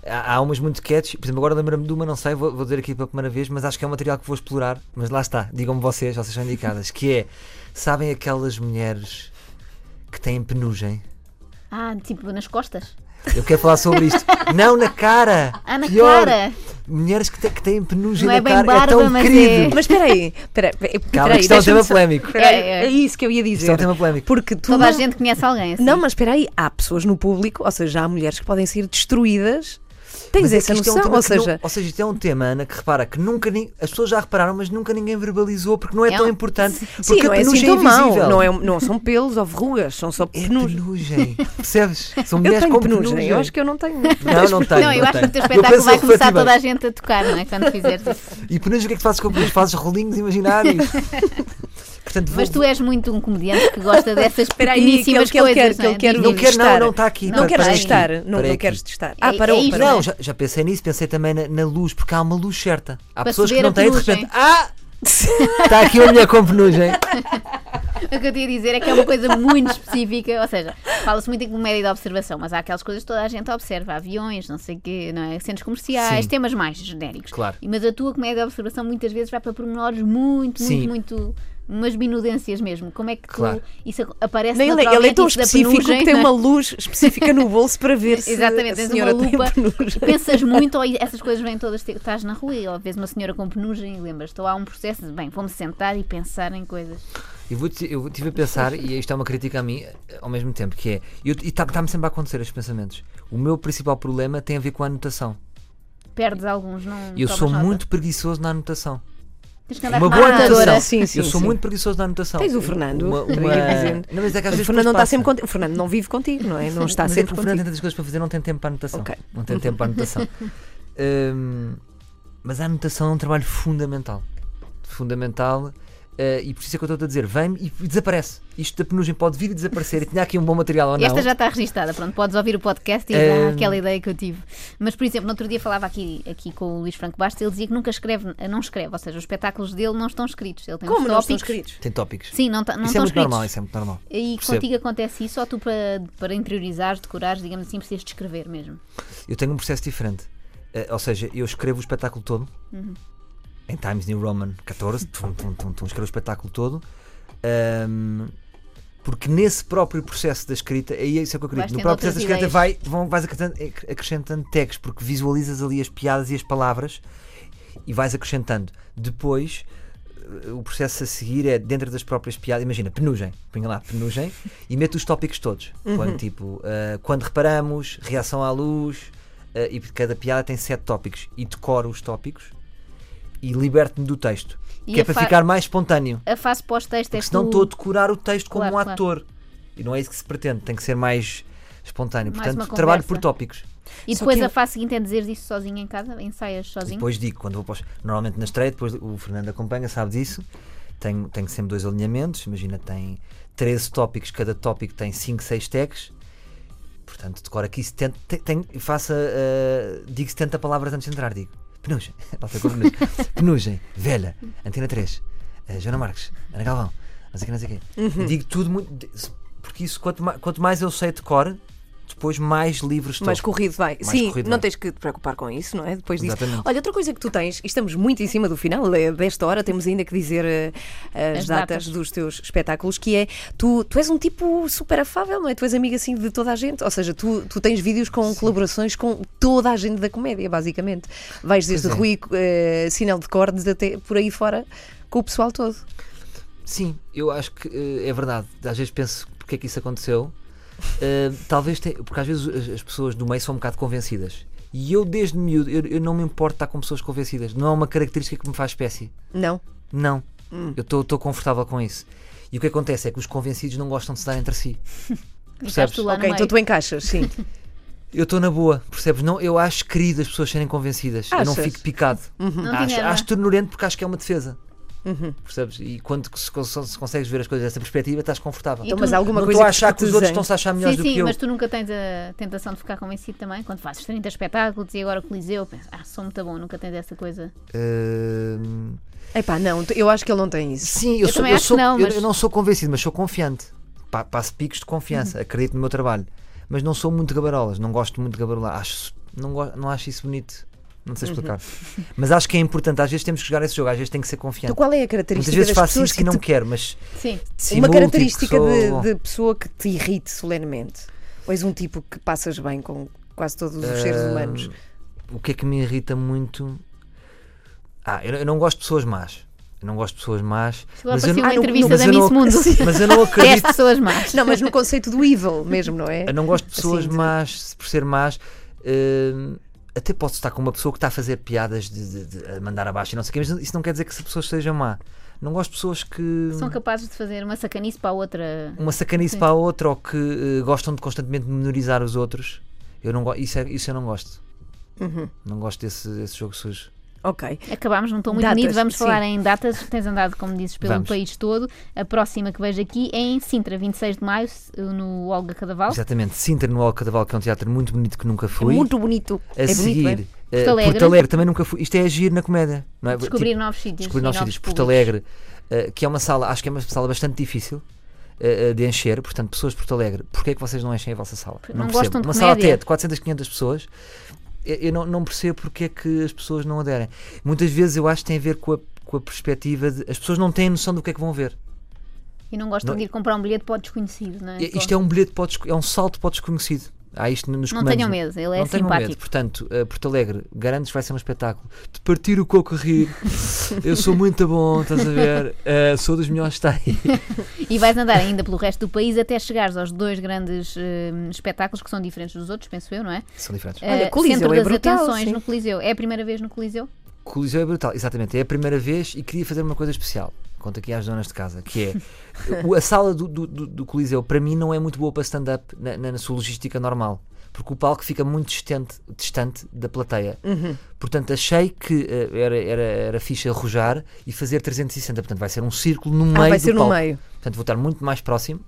[SPEAKER 3] Há, há umas muito catchy. Por exemplo, agora lembro-me de uma, não sei, vou, vou dizer aqui pela primeira vez, mas acho que é um material que vou explorar. Mas lá está, digam-me vocês, vocês são indicadas. Que é, sabem aquelas mulheres que têm penugem?
[SPEAKER 4] Ah, tipo nas costas.
[SPEAKER 3] Eu quero falar sobre isto. Não na cara!
[SPEAKER 4] Ah, na
[SPEAKER 3] Pior.
[SPEAKER 4] cara!
[SPEAKER 3] Mulheres que, te- que têm penugem
[SPEAKER 4] Não
[SPEAKER 3] na
[SPEAKER 4] é bem
[SPEAKER 3] cara.
[SPEAKER 4] barba,
[SPEAKER 3] é tão
[SPEAKER 4] mas
[SPEAKER 3] querido.
[SPEAKER 1] Mas espera aí, espera espera
[SPEAKER 3] Calma,
[SPEAKER 1] aí,
[SPEAKER 3] que isto é um
[SPEAKER 1] deixa-me
[SPEAKER 3] tema
[SPEAKER 1] só-
[SPEAKER 3] polémico.
[SPEAKER 1] espera aí,
[SPEAKER 4] É, é.
[SPEAKER 1] é isso que eu ia dizer.
[SPEAKER 3] Isto é um tema polémico.
[SPEAKER 1] Porque tu
[SPEAKER 4] Toda
[SPEAKER 1] não...
[SPEAKER 4] a gente conhece alguém assim.
[SPEAKER 1] Não, mas espera aí, há pessoas no público, ou seja, há mulheres que podem ser destruídas. Tens
[SPEAKER 3] Mas é
[SPEAKER 1] essa
[SPEAKER 3] que isto é um
[SPEAKER 1] noção,
[SPEAKER 3] tema
[SPEAKER 1] ou
[SPEAKER 3] que não-
[SPEAKER 1] seja,
[SPEAKER 3] ou seja, isto é um tema, Ana, que repara que nunca nin- as pessoas já repararam, mas nunca ninguém verbalizou porque não é,
[SPEAKER 4] É
[SPEAKER 3] tão
[SPEAKER 4] um-
[SPEAKER 3] importante.
[SPEAKER 1] sim,
[SPEAKER 3] porque
[SPEAKER 1] não
[SPEAKER 3] a
[SPEAKER 1] é assim
[SPEAKER 3] penugem
[SPEAKER 1] tão mau,
[SPEAKER 3] invisível.
[SPEAKER 1] não, é, não são pelos ou verrugas, são só
[SPEAKER 3] É
[SPEAKER 1] penugem.
[SPEAKER 3] penugem. Percebes? São
[SPEAKER 1] Eu
[SPEAKER 3] mulheres
[SPEAKER 1] tenho
[SPEAKER 3] com
[SPEAKER 1] penugem, eu acho que eu não tenho.
[SPEAKER 3] Não, não tenho.
[SPEAKER 4] Não, eu acho que o teu
[SPEAKER 3] tenho.
[SPEAKER 4] espetáculo
[SPEAKER 3] penso
[SPEAKER 4] vai começar
[SPEAKER 3] refletir
[SPEAKER 4] toda a
[SPEAKER 3] bem.
[SPEAKER 4] gente a tocar, não é? Quando fizeres isso.
[SPEAKER 3] E penugem, o que é que fazes com penugem? Fazes rolinhos imaginários. Portanto,
[SPEAKER 4] Mas
[SPEAKER 3] vou-
[SPEAKER 4] tu és muito um comediante que gosta dessas
[SPEAKER 1] Espera aí, que
[SPEAKER 4] pequeníssimas
[SPEAKER 1] ele- que ele quer-
[SPEAKER 4] coisas.
[SPEAKER 1] que ele
[SPEAKER 4] é?
[SPEAKER 1] quer
[SPEAKER 4] Diz-
[SPEAKER 3] não
[SPEAKER 1] ouvir.
[SPEAKER 3] quero, não,
[SPEAKER 1] testar.
[SPEAKER 3] não está aqui.
[SPEAKER 1] Não
[SPEAKER 3] Para-
[SPEAKER 1] queres
[SPEAKER 3] para aqui,
[SPEAKER 1] testar, não,
[SPEAKER 3] para
[SPEAKER 1] não
[SPEAKER 3] aqui.
[SPEAKER 1] queres testar.
[SPEAKER 4] É-
[SPEAKER 1] Ah,
[SPEAKER 4] é
[SPEAKER 1] parou,
[SPEAKER 4] isto,
[SPEAKER 1] parou.
[SPEAKER 3] Não,
[SPEAKER 4] é?
[SPEAKER 3] já, já pensei nisso, pensei também na, na luz, porque há uma luz certa. Há
[SPEAKER 4] Para
[SPEAKER 3] pessoas
[SPEAKER 4] se
[SPEAKER 3] que
[SPEAKER 4] ver
[SPEAKER 3] não
[SPEAKER 4] a
[SPEAKER 3] têm de
[SPEAKER 4] penugem.
[SPEAKER 3] repente. Ah! Está aqui a mulher com penugem.
[SPEAKER 4] O que eu tinha a dizer é que é uma coisa muito específica, ou seja, fala-se muito em comédia de observação, mas há aquelas coisas que toda a gente observa, aviões, não sei o quê, não é? centros comerciais,
[SPEAKER 3] Sim.
[SPEAKER 4] temas mais genéricos.
[SPEAKER 3] Claro.
[SPEAKER 4] E- Mas a tua comédia de observação muitas vezes vai para pormenores muito, muito,
[SPEAKER 3] Sim.
[SPEAKER 4] muito... Umas binudências mesmo. Como é que tu-
[SPEAKER 3] Claro.
[SPEAKER 4] isso ac- aparece
[SPEAKER 1] Nem ele,
[SPEAKER 4] naturalmente?
[SPEAKER 1] ele é tão
[SPEAKER 4] isso da
[SPEAKER 1] específico
[SPEAKER 4] penugem,
[SPEAKER 1] que tem
[SPEAKER 4] não é?
[SPEAKER 1] uma luz específica no bolso para ver se
[SPEAKER 4] Exatamente,
[SPEAKER 1] a
[SPEAKER 4] tens uma
[SPEAKER 1] senhora
[SPEAKER 4] lupa
[SPEAKER 1] tem
[SPEAKER 4] e
[SPEAKER 1] penugem.
[SPEAKER 4] pensas muito, ou essas coisas vêm todas, te- estás na rua e ou vês uma senhora com penugem e lembras, estou há um processo de, bem, vou-me sentar e pensar em coisas.
[SPEAKER 3] Eu, vou, te- eu estive a pensar, e isto é uma crítica a mim eh, ao mesmo tempo, que é. eu- e está- está-me sempre a acontecer estes pensamentos. O meu principal problema tem a ver com a anotação.
[SPEAKER 4] Perdes alguns, não
[SPEAKER 3] Eu
[SPEAKER 4] tomas
[SPEAKER 3] sou
[SPEAKER 4] nota.
[SPEAKER 3] muito preguiçoso na anotação.
[SPEAKER 4] Tens que andar
[SPEAKER 3] Uma
[SPEAKER 4] com
[SPEAKER 3] boa
[SPEAKER 1] Ah,
[SPEAKER 4] anotadora.
[SPEAKER 3] anotação.
[SPEAKER 1] sim, sim,
[SPEAKER 3] eu sou
[SPEAKER 1] sim.
[SPEAKER 3] muito preguiçoso na anotação.
[SPEAKER 1] Tens o Fernando,
[SPEAKER 3] Uma,
[SPEAKER 1] para ir
[SPEAKER 3] uma-
[SPEAKER 1] dizendo.
[SPEAKER 3] Não, mas é que às
[SPEAKER 1] O
[SPEAKER 3] vezes
[SPEAKER 1] Fernando não
[SPEAKER 3] depois
[SPEAKER 1] está sempre
[SPEAKER 3] passa.
[SPEAKER 1] contigo. O Fernando não vive contigo, não é? Não
[SPEAKER 4] Tá,
[SPEAKER 1] está
[SPEAKER 3] Mas é que
[SPEAKER 1] sempre
[SPEAKER 3] o Fernando tem
[SPEAKER 1] contigo.
[SPEAKER 3] tantas coisas para fazer, não tem tempo para anotação.
[SPEAKER 1] Ok.
[SPEAKER 3] Não tem tempo para anotação. Hum, mas a anotação é um trabalho fundamental. Fundamental. eh, e por isso é que eu estou a dizer, vem e desaparece. Isto da penugem pode vir e desaparecer. E tinha aqui um bom material ou não.
[SPEAKER 4] Esta já está registada, pronto, podes ouvir o podcast e ir,
[SPEAKER 3] Eh,
[SPEAKER 4] "Ah, aquela ideia que eu tive. Mas, por exemplo, no outro dia falava aqui, aqui com o Luís Franco Bastos, ele dizia que nunca escreve, não escreve, ou seja, os espetáculos dele não estão escritos. Ele tem
[SPEAKER 1] Como
[SPEAKER 4] uns
[SPEAKER 1] não estão
[SPEAKER 4] tópicos.
[SPEAKER 1] escritos?
[SPEAKER 3] Tem tópicos.
[SPEAKER 4] Sim, não, tá- não
[SPEAKER 3] isso é
[SPEAKER 4] estão
[SPEAKER 3] muito
[SPEAKER 4] escritos.
[SPEAKER 3] normal, isso é muito normal.
[SPEAKER 4] E
[SPEAKER 3] Percebo.
[SPEAKER 4] contigo acontece isso, ou tu para, para interiorizares, decorares, digamos assim, precisas de escrever mesmo?
[SPEAKER 3] Eu tenho um processo diferente. Eh, ou seja, eu escrevo o espetáculo todo
[SPEAKER 4] Uhum.
[SPEAKER 3] em Times New Roman 14, tum, tum, tum, tum, escrevo o espetáculo todo. ahm, porque nesse próprio processo da escrita, aí é isso é o que eu
[SPEAKER 4] Vais
[SPEAKER 3] acredito. No
[SPEAKER 4] tendo
[SPEAKER 3] próprio processo da
[SPEAKER 4] outras
[SPEAKER 3] escrita vai, vão, vais acrescentando, ac- acrescentando tags, porque visualizas ali as piadas e as palavras e vais acrescentando. Depois, eh, o processo a seguir é dentro das próprias piadas. Imagina, penugem, põe lá penugem e mete os tópicos todos.
[SPEAKER 4] Uhum.
[SPEAKER 3] Quando, tipo, eh, quando reparamos, reação à luz, eh, e cada piada tem sete tópicos e decoro os tópicos e liberto-me do texto.
[SPEAKER 4] E
[SPEAKER 3] que
[SPEAKER 4] a
[SPEAKER 3] é para
[SPEAKER 4] fa-
[SPEAKER 3] ficar mais espontâneo.
[SPEAKER 4] A fase pós-texto é
[SPEAKER 3] Porque senão
[SPEAKER 4] tu
[SPEAKER 3] estou a decorar o texto como
[SPEAKER 4] Claro,
[SPEAKER 3] um
[SPEAKER 4] claro.
[SPEAKER 3] ator. E não é isso que se pretende, tem que ser mais espontâneo.
[SPEAKER 4] Mais uma
[SPEAKER 3] Portanto, trabalho
[SPEAKER 4] conversa.
[SPEAKER 3] por tópicos.
[SPEAKER 4] e
[SPEAKER 1] Só
[SPEAKER 4] depois
[SPEAKER 1] que eu-
[SPEAKER 4] a fase seguinte é dizeres isso sozinho em casa, ensaias
[SPEAKER 3] E
[SPEAKER 4] sozinho.
[SPEAKER 3] depois digo, quando vou para os- Normalmente na estreia, depois o Fernando acompanha, sabe disso. Tenho, tenho sempre dois alinhamentos. Imagina, tem 13 tópicos, cada tópico tem 5, 6 tags. Portanto, decoro aqui 70. te- Tenho, faço, ah, digo 70 palavras antes de entrar. Digo penugem, Volta com penugem. Penugem, velha, antena 3, eh, Joana Marques, Ana Galvão, não sei o que, não sei o que. Digo tudo muito. de- Porque isso, quanto mais, quanto mais eu sei de cor, depois, mais livre estou.
[SPEAKER 1] Mais corrido vai.
[SPEAKER 3] Mais
[SPEAKER 1] Sim,
[SPEAKER 3] corrido
[SPEAKER 1] não
[SPEAKER 3] vai.
[SPEAKER 1] tens que te preocupar com isso, não é? Depois disso.
[SPEAKER 3] Exatamente.
[SPEAKER 1] Olha, outra coisa que tu tens, e estamos muito em cima do final é, desta hora, temos ainda que dizer eh, as,
[SPEAKER 4] As
[SPEAKER 1] datas,
[SPEAKER 4] datas.
[SPEAKER 1] dos teus espetáculos, que é tu, tu és um tipo super afável, não é? Tu és amigo assim de toda a gente. Ou seja, tu, tu tens vídeos com colaborações com toda a gente da comédia, basicamente. Vais desde
[SPEAKER 3] Pois é.
[SPEAKER 1] Rui eh, Sinal de Cordes até por aí fora com o pessoal todo.
[SPEAKER 3] Sim, eu acho que eh, é verdade. Às vezes penso porque é que isso aconteceu. Eh, talvez tenha, porque às vezes as, as pessoas do meio são um bocado convencidas. E eu, desde miúdo, eu, eu não me importo estar com pessoas convencidas. Não é uma característica que me faz espécie.
[SPEAKER 1] Não?
[SPEAKER 3] Não. Eu estou confortável com isso. E o que acontece é que os convencidos não gostam de se dar entre si. Tipo,
[SPEAKER 4] Estás tu lá no
[SPEAKER 1] ok, então
[SPEAKER 4] meio.
[SPEAKER 1] tu encaixas, sim.
[SPEAKER 3] Eu estou na boa, percebes? Não, eu acho querido as pessoas serem convencidas. Eu não
[SPEAKER 1] Achas?
[SPEAKER 3] fico picado.
[SPEAKER 4] Não te
[SPEAKER 3] Acho,
[SPEAKER 4] engana.
[SPEAKER 3] acho tornurento porque acho que é uma defesa. Percebes? E quando se, se- se consegues ver as coisas dessa perspectiva, estás confortável.
[SPEAKER 4] E
[SPEAKER 1] Então, mas há alguma
[SPEAKER 3] não
[SPEAKER 1] coisa
[SPEAKER 3] estou a
[SPEAKER 1] que te
[SPEAKER 3] achar que, os outros
[SPEAKER 1] recusem?
[SPEAKER 3] estão-se a achar melhores
[SPEAKER 4] Sim,
[SPEAKER 3] do
[SPEAKER 4] sim,
[SPEAKER 3] que eu.
[SPEAKER 4] mas tu nunca tens a tentação de ficar convencido também quando fazes 30 espetáculos e agora o Coliseu, pensas, ah, sou muito bom, nunca tens essa coisa.
[SPEAKER 3] Ahm,
[SPEAKER 1] Epá, não, eu acho que ele não tem isso.
[SPEAKER 3] Sim, eu,
[SPEAKER 4] Eu
[SPEAKER 3] sou,
[SPEAKER 4] também
[SPEAKER 3] eu,
[SPEAKER 4] acho que
[SPEAKER 3] sou-
[SPEAKER 4] não,
[SPEAKER 3] eu-
[SPEAKER 4] mas-
[SPEAKER 3] eu não sou convencido, mas sou confiante. Pa- passo picos de
[SPEAKER 5] Uhum.
[SPEAKER 3] confiança, acredito no meu trabalho. Mas não sou muito de gabarolas, não gosto muito de gabarolas. Acho, não, go- não acho isso bonito. Não
[SPEAKER 5] Uhum.
[SPEAKER 3] sei explicar. Mas acho que é importante. Às vezes temos que jogar esse jogo, às vezes tem que ser confiante.
[SPEAKER 1] Então, qual é a
[SPEAKER 3] Muitas
[SPEAKER 1] característica
[SPEAKER 3] vezes
[SPEAKER 1] das
[SPEAKER 3] faço
[SPEAKER 1] pessoas
[SPEAKER 3] isso e
[SPEAKER 1] que
[SPEAKER 3] não
[SPEAKER 1] te
[SPEAKER 3] quero, mas.
[SPEAKER 4] Sim.
[SPEAKER 1] uma
[SPEAKER 3] simulo, tipo,
[SPEAKER 1] característica
[SPEAKER 3] sou
[SPEAKER 1] de-
[SPEAKER 3] bom.
[SPEAKER 1] de, pessoa que te irrite solenemente? Ou és um tipo que passas bem com quase todos os seres
[SPEAKER 3] Hum.
[SPEAKER 1] humanos?
[SPEAKER 3] O que é que me irrita muito? Ah, eu, eu não gosto de pessoas más. Eu não gosto de pessoas más.
[SPEAKER 4] Agora
[SPEAKER 3] mas eu
[SPEAKER 4] parecia
[SPEAKER 3] não-
[SPEAKER 4] uma
[SPEAKER 3] Ah, não-
[SPEAKER 4] entrevista
[SPEAKER 3] mas
[SPEAKER 4] da
[SPEAKER 3] eu não
[SPEAKER 4] Miss
[SPEAKER 3] ac-
[SPEAKER 4] Mundo. Sim.
[SPEAKER 3] Mas eu não
[SPEAKER 4] Dez
[SPEAKER 3] acredito.
[SPEAKER 4] pessoas más.
[SPEAKER 1] Não, mas no conceito do evil mesmo, não é?
[SPEAKER 3] Eu não gosto de pessoas
[SPEAKER 1] Assim, de-
[SPEAKER 3] más, se- por ser más. hum, até posso estar com uma pessoa que está a fazer piadas de, de- de- a mandar abaixo e não sei o quê, mas isso não quer dizer que essa pessoa seja má. Não gosto de pessoas que.
[SPEAKER 4] São capazes de fazer uma sacanice para a outra.
[SPEAKER 3] uma sacanice para a outra ou que eh, gostam de constantemente menorizar os outros. Eu não go- isso, é- isso eu não gosto.
[SPEAKER 1] Uhum.
[SPEAKER 3] Não gosto desse, desse jogo sujo.
[SPEAKER 1] Ok. É
[SPEAKER 4] Acabámos num tom muito
[SPEAKER 1] Datas,
[SPEAKER 4] bonito, vamos
[SPEAKER 1] sim.
[SPEAKER 4] falar em datas. Tens andado, como dizes, pelo
[SPEAKER 3] Vamos.
[SPEAKER 4] país todo. A próxima que vejo aqui é em Sintra, 26 de maio, no Olga Cadaval.
[SPEAKER 3] Exatamente, Sintra no Alcadaval, que é um teatro muito bonito que nunca
[SPEAKER 1] É
[SPEAKER 3] fui.
[SPEAKER 1] muito bonito.
[SPEAKER 3] a
[SPEAKER 1] é bonito,
[SPEAKER 3] seguir,
[SPEAKER 1] é?
[SPEAKER 3] eh,
[SPEAKER 4] Porto Alegre.
[SPEAKER 3] também nunca fui. Isto é agir na comédia, não é?
[SPEAKER 4] Descobrir
[SPEAKER 3] Tipo,
[SPEAKER 4] novos sítios.
[SPEAKER 3] descobrir
[SPEAKER 4] e
[SPEAKER 3] novos sítios. Porto
[SPEAKER 4] públicos.
[SPEAKER 3] Alegre, eh, que é uma sala, acho que é uma sala bastante difícil eh, eh, de encher, portanto, pessoas de Porto Alegre, porquê é que vocês não enchem a vossa sala?
[SPEAKER 4] não
[SPEAKER 3] percebo.
[SPEAKER 4] gostam de
[SPEAKER 3] Uma sala
[SPEAKER 4] comédia.
[SPEAKER 3] até de 400, 500 pessoas, eu, eu não, não percebo porque é que as pessoas não aderem. Muitas vezes eu acho que tem a ver com a, com a perspectiva de. As pessoas não têm noção do que é que vão ver.
[SPEAKER 4] E não
[SPEAKER 3] é
[SPEAKER 4] gostam
[SPEAKER 3] Não-
[SPEAKER 4] de ir comprar um bilhete para o desconhecido, não é?
[SPEAKER 3] I- Isto é um bilhete para o desco- é um salto para o desconhecido. Há isto nos
[SPEAKER 4] Não
[SPEAKER 3] comandos, né?
[SPEAKER 4] tenham medo, ele é
[SPEAKER 3] não tenham
[SPEAKER 4] simpático.
[SPEAKER 3] medo. Portanto, eh, Porto Alegre, garantes vai ser um espetáculo. De partir o coco a rir, eu sou muito bom, estás a ver? Eh, sou dos melhores, está aí.
[SPEAKER 4] E vais andar ainda pelo resto do país até chegares aos dois grandes hum, espetáculos que são diferentes dos outros, penso eu, não é?
[SPEAKER 3] São diferentes.
[SPEAKER 1] Olha,
[SPEAKER 4] Eh,
[SPEAKER 1] Coliseu
[SPEAKER 4] Centro
[SPEAKER 1] é
[SPEAKER 4] das
[SPEAKER 1] brutal,
[SPEAKER 4] Atenções
[SPEAKER 1] sim.
[SPEAKER 4] no Coliseu. É a primeira vez no Coliseu?
[SPEAKER 3] Coliseu é brutal, exatamente. É a primeira vez e queria fazer uma coisa especial. Conto aqui às donas de casa, que é o- a sala do, do- do- do Coliseu, para mim, não é muito boa para stand-up na, na- na sua logística normal, porque o palco fica muito distante, distante da plateia.
[SPEAKER 1] Uhum.
[SPEAKER 3] Portanto, achei que eh, era, era, era ficha arrojar e fazer 360. Portanto, vai ser um círculo no meio
[SPEAKER 1] Ah, vai
[SPEAKER 3] do
[SPEAKER 1] ser no
[SPEAKER 3] palco.
[SPEAKER 1] meio. Uhum.
[SPEAKER 3] Portanto, vou estar muito mais próximo.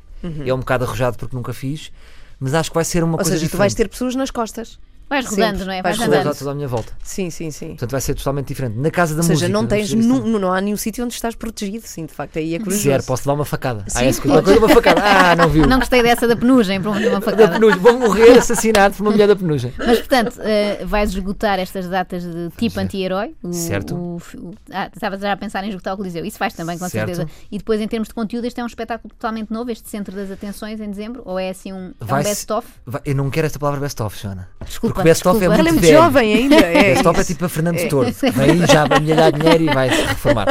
[SPEAKER 3] É um bocado arrojado porque nunca fiz, mas acho que vai ser uma
[SPEAKER 1] Ou
[SPEAKER 3] coisa
[SPEAKER 1] seja, tu vais
[SPEAKER 3] diferente.
[SPEAKER 1] ter pessoas nas costas.
[SPEAKER 4] Vais
[SPEAKER 1] Sempre.
[SPEAKER 4] rodando, não é?
[SPEAKER 1] Vais
[SPEAKER 4] Vais,
[SPEAKER 3] As
[SPEAKER 1] rodando.
[SPEAKER 3] pessoas
[SPEAKER 4] andando.
[SPEAKER 3] à toda à minha volta.
[SPEAKER 1] Sim, sim, sim.
[SPEAKER 3] Portanto, vai ser totalmente diferente. Na casa da
[SPEAKER 1] Ou seja,
[SPEAKER 3] Então, música.
[SPEAKER 1] não, tens,
[SPEAKER 3] vamos fazer isso
[SPEAKER 1] nu- nu- não há nenhum sítio onde estás protegido, sim, de facto, aí é
[SPEAKER 3] Se quiser,
[SPEAKER 1] curioso.
[SPEAKER 3] Hum. posso dar uma facada. Ah,
[SPEAKER 1] Sim,
[SPEAKER 3] essa coisa, coisa, uma facada. Ah, não viu.
[SPEAKER 4] Não gostei dessa da penugem, pronto, uma
[SPEAKER 3] Da
[SPEAKER 4] facada.
[SPEAKER 3] penugem. Vou morrer assassinado por uma mulher da penugem.
[SPEAKER 4] Mas, portanto, eh, vais esgotar estas datas de tipo
[SPEAKER 3] ver.
[SPEAKER 4] anti-herói. O-
[SPEAKER 3] é. Certo.
[SPEAKER 4] o fi- o- ah, estavas já a pensar em esgotar o Coliseu. Isso faz também, com
[SPEAKER 3] Certo.
[SPEAKER 4] certeza. E depois, em termos de conteúdo, este é um espetáculo totalmente novo, este Centro das Atenções, em dezembro? Ou é assim um, é um
[SPEAKER 3] Vai-se-
[SPEAKER 4] best-of?
[SPEAKER 3] Vai- Eu não quero esta palavra best-of, Joana.
[SPEAKER 4] Desculpa,
[SPEAKER 3] Porque best-of é
[SPEAKER 4] desculpa.
[SPEAKER 1] Ela é
[SPEAKER 3] muito
[SPEAKER 1] muito
[SPEAKER 3] velho.
[SPEAKER 1] jovem ainda. É
[SPEAKER 3] Best-of é
[SPEAKER 1] isso.
[SPEAKER 3] tipo a Fernando Tordo. Vem já, vai me dar dinheiro e vai se reformar.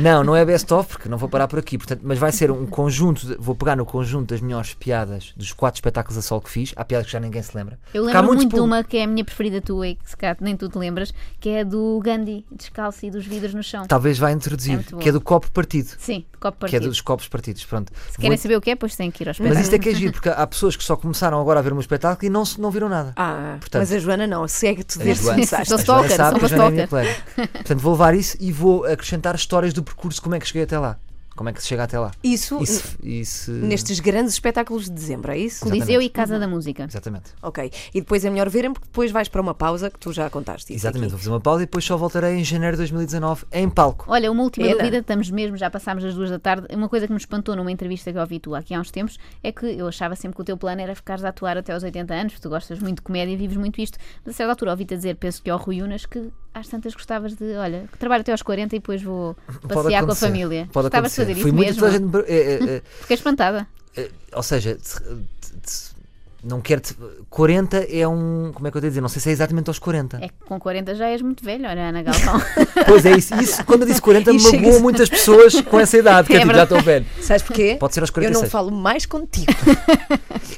[SPEAKER 3] Não, não é best-of, porque não vou parar por aqui. Portanto, mas vai ser um conjunto, de- vou pegar no conjunto das melhores piadas dos quatro espetáculos a sol que fiz. Há piadas que já ninguém se lembra.
[SPEAKER 4] Eu
[SPEAKER 3] Porque há
[SPEAKER 4] lembro
[SPEAKER 3] muitos
[SPEAKER 4] muito de
[SPEAKER 3] públicos.
[SPEAKER 4] uma que é a minha preferida tua e que se calhar nem tu te lembras, que é a do Gandhi, descalço e dos vidros no chão.
[SPEAKER 3] Talvez vai
[SPEAKER 4] É
[SPEAKER 3] introduzir,
[SPEAKER 4] muito boa.
[SPEAKER 3] que é do copo partido.
[SPEAKER 4] Sim, de copo
[SPEAKER 3] Tá. Que é
[SPEAKER 4] partido.
[SPEAKER 3] dos copos partidos. Pronto.
[SPEAKER 4] Se
[SPEAKER 3] Vou-
[SPEAKER 4] querem saber o que é, pois têm que ir ao
[SPEAKER 3] Mas
[SPEAKER 4] espetáculo.
[SPEAKER 3] isto é que é giro, porque há pessoas que só começaram agora a ver o meu espetáculo e não, se- não viram nada.
[SPEAKER 1] Ah,
[SPEAKER 3] Portanto,
[SPEAKER 1] mas a Joana não, segue-te desde que
[SPEAKER 3] Joana-
[SPEAKER 1] começaste.
[SPEAKER 4] Sou
[SPEAKER 3] A Joana
[SPEAKER 4] stalker,
[SPEAKER 3] sabe
[SPEAKER 4] sou
[SPEAKER 3] que
[SPEAKER 4] uma
[SPEAKER 3] a Joana é minha
[SPEAKER 4] stalker.
[SPEAKER 3] colega. Portanto, vou levar isso e vou acrescentar histórias do percurso, como é que cheguei até lá. Como é que se chega até lá?
[SPEAKER 1] Isso,
[SPEAKER 3] E se- e se-
[SPEAKER 1] nestes grandes espetáculos de dezembro, é isso?
[SPEAKER 4] Coliseu e Casa da Música.
[SPEAKER 3] Exatamente.
[SPEAKER 1] Ok. E depois é melhor verem, porque depois vais para uma pausa que tu já contaste. isso
[SPEAKER 3] Exatamente, vou
[SPEAKER 1] aqui.
[SPEAKER 3] fazer uma pausa e depois só voltarei em janeiro de 2019 em palco.
[SPEAKER 4] Olha, uma última
[SPEAKER 1] Pena.
[SPEAKER 4] dúvida, estamos mesmo, já passámos as duas da tarde. Uma coisa que me espantou numa entrevista que eu ouvi tu aqui há uns tempos é que eu achava sempre que o teu plano era ficares a atuar até aos 80 anos, porque tu gostas muito de comédia e vives muito isto. Mas a certa altura ouvi-te a dizer, penso que ao Rui Unas, que às tantas gostavas de, olha, que trabalho até aos 40 e depois vou passear com a
[SPEAKER 3] acontecer,
[SPEAKER 4] família.
[SPEAKER 3] Pode
[SPEAKER 4] gostavas de
[SPEAKER 3] acontecer.
[SPEAKER 4] fazer
[SPEAKER 3] Foi
[SPEAKER 4] isso
[SPEAKER 3] muito
[SPEAKER 4] mesmo?
[SPEAKER 3] toda a gente me per- é, é, é,
[SPEAKER 4] Fiquei espantada.
[SPEAKER 3] Eh, ou seja, se- te- te- não quero. te- 40 é um. Como é que eu tenho a dizer? Não sei se é exatamente aos 40.
[SPEAKER 4] É que com 40 já és muito velho, olha, Ana Galvão.
[SPEAKER 3] Pois é, isso, isso quando eu disse 40
[SPEAKER 1] E chega-
[SPEAKER 3] magoou muitas pessoas com essa idade, que é,
[SPEAKER 4] É
[SPEAKER 3] tipo, já
[SPEAKER 4] verdade.
[SPEAKER 3] estou velho.
[SPEAKER 1] Sabes porquê?
[SPEAKER 3] Pode ser aos
[SPEAKER 1] Eu
[SPEAKER 3] 46.
[SPEAKER 1] não falo mais contigo.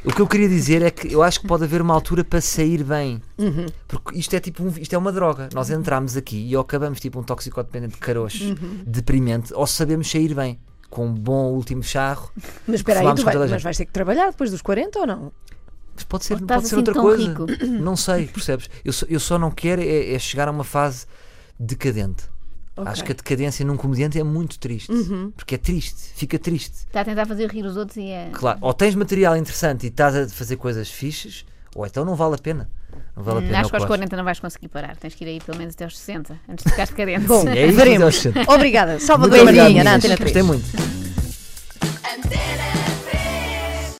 [SPEAKER 3] O que eu queria dizer é que eu acho que pode haver uma altura para sair bem.
[SPEAKER 1] Uhum.
[SPEAKER 3] Porque isto é tipo um, isto é uma droga. Nós entramos aqui e ou acabamos tipo um toxicodependente caroço,
[SPEAKER 1] Uhum.
[SPEAKER 3] deprimente, ou sabemos sair bem. Com um bom último charro.
[SPEAKER 1] Mas espera aí,
[SPEAKER 3] Falámos
[SPEAKER 1] tu
[SPEAKER 3] com
[SPEAKER 1] vai- Oh,
[SPEAKER 3] toda a
[SPEAKER 1] mas
[SPEAKER 3] gente.
[SPEAKER 1] vais ter que trabalhar depois dos 40 ou não?
[SPEAKER 3] Mas pode ser,
[SPEAKER 4] Ou estás
[SPEAKER 3] pode ser
[SPEAKER 4] assim
[SPEAKER 3] outra
[SPEAKER 4] tão
[SPEAKER 3] coisa.
[SPEAKER 4] rico.
[SPEAKER 3] Não sei, percebes? Eu só, eu só não quero é, é chegar a uma fase decadente. Acho
[SPEAKER 1] Ok. Uhum.
[SPEAKER 3] que a decadência num comediante é muito triste. Porque é triste, fica triste.
[SPEAKER 4] Está a tentar fazer rir os outros e é.
[SPEAKER 3] Claro, ou tens material interessante e estás a fazer coisas fixes, ou então não vale a pena. Não vale a pena. é
[SPEAKER 4] Hum, Acho
[SPEAKER 3] o
[SPEAKER 4] que aos
[SPEAKER 3] eu
[SPEAKER 4] 40 não vais conseguir parar. Tens que ir aí pelo menos até aos 60, antes de ficares carente.
[SPEAKER 1] Bom,
[SPEAKER 3] É isso,
[SPEAKER 1] veremos.
[SPEAKER 3] Deus.
[SPEAKER 1] Obrigada. Salva
[SPEAKER 3] Muito obrigado,
[SPEAKER 1] Marinha, na
[SPEAKER 3] meninas.
[SPEAKER 1] Antena 3.
[SPEAKER 3] Gostei muito.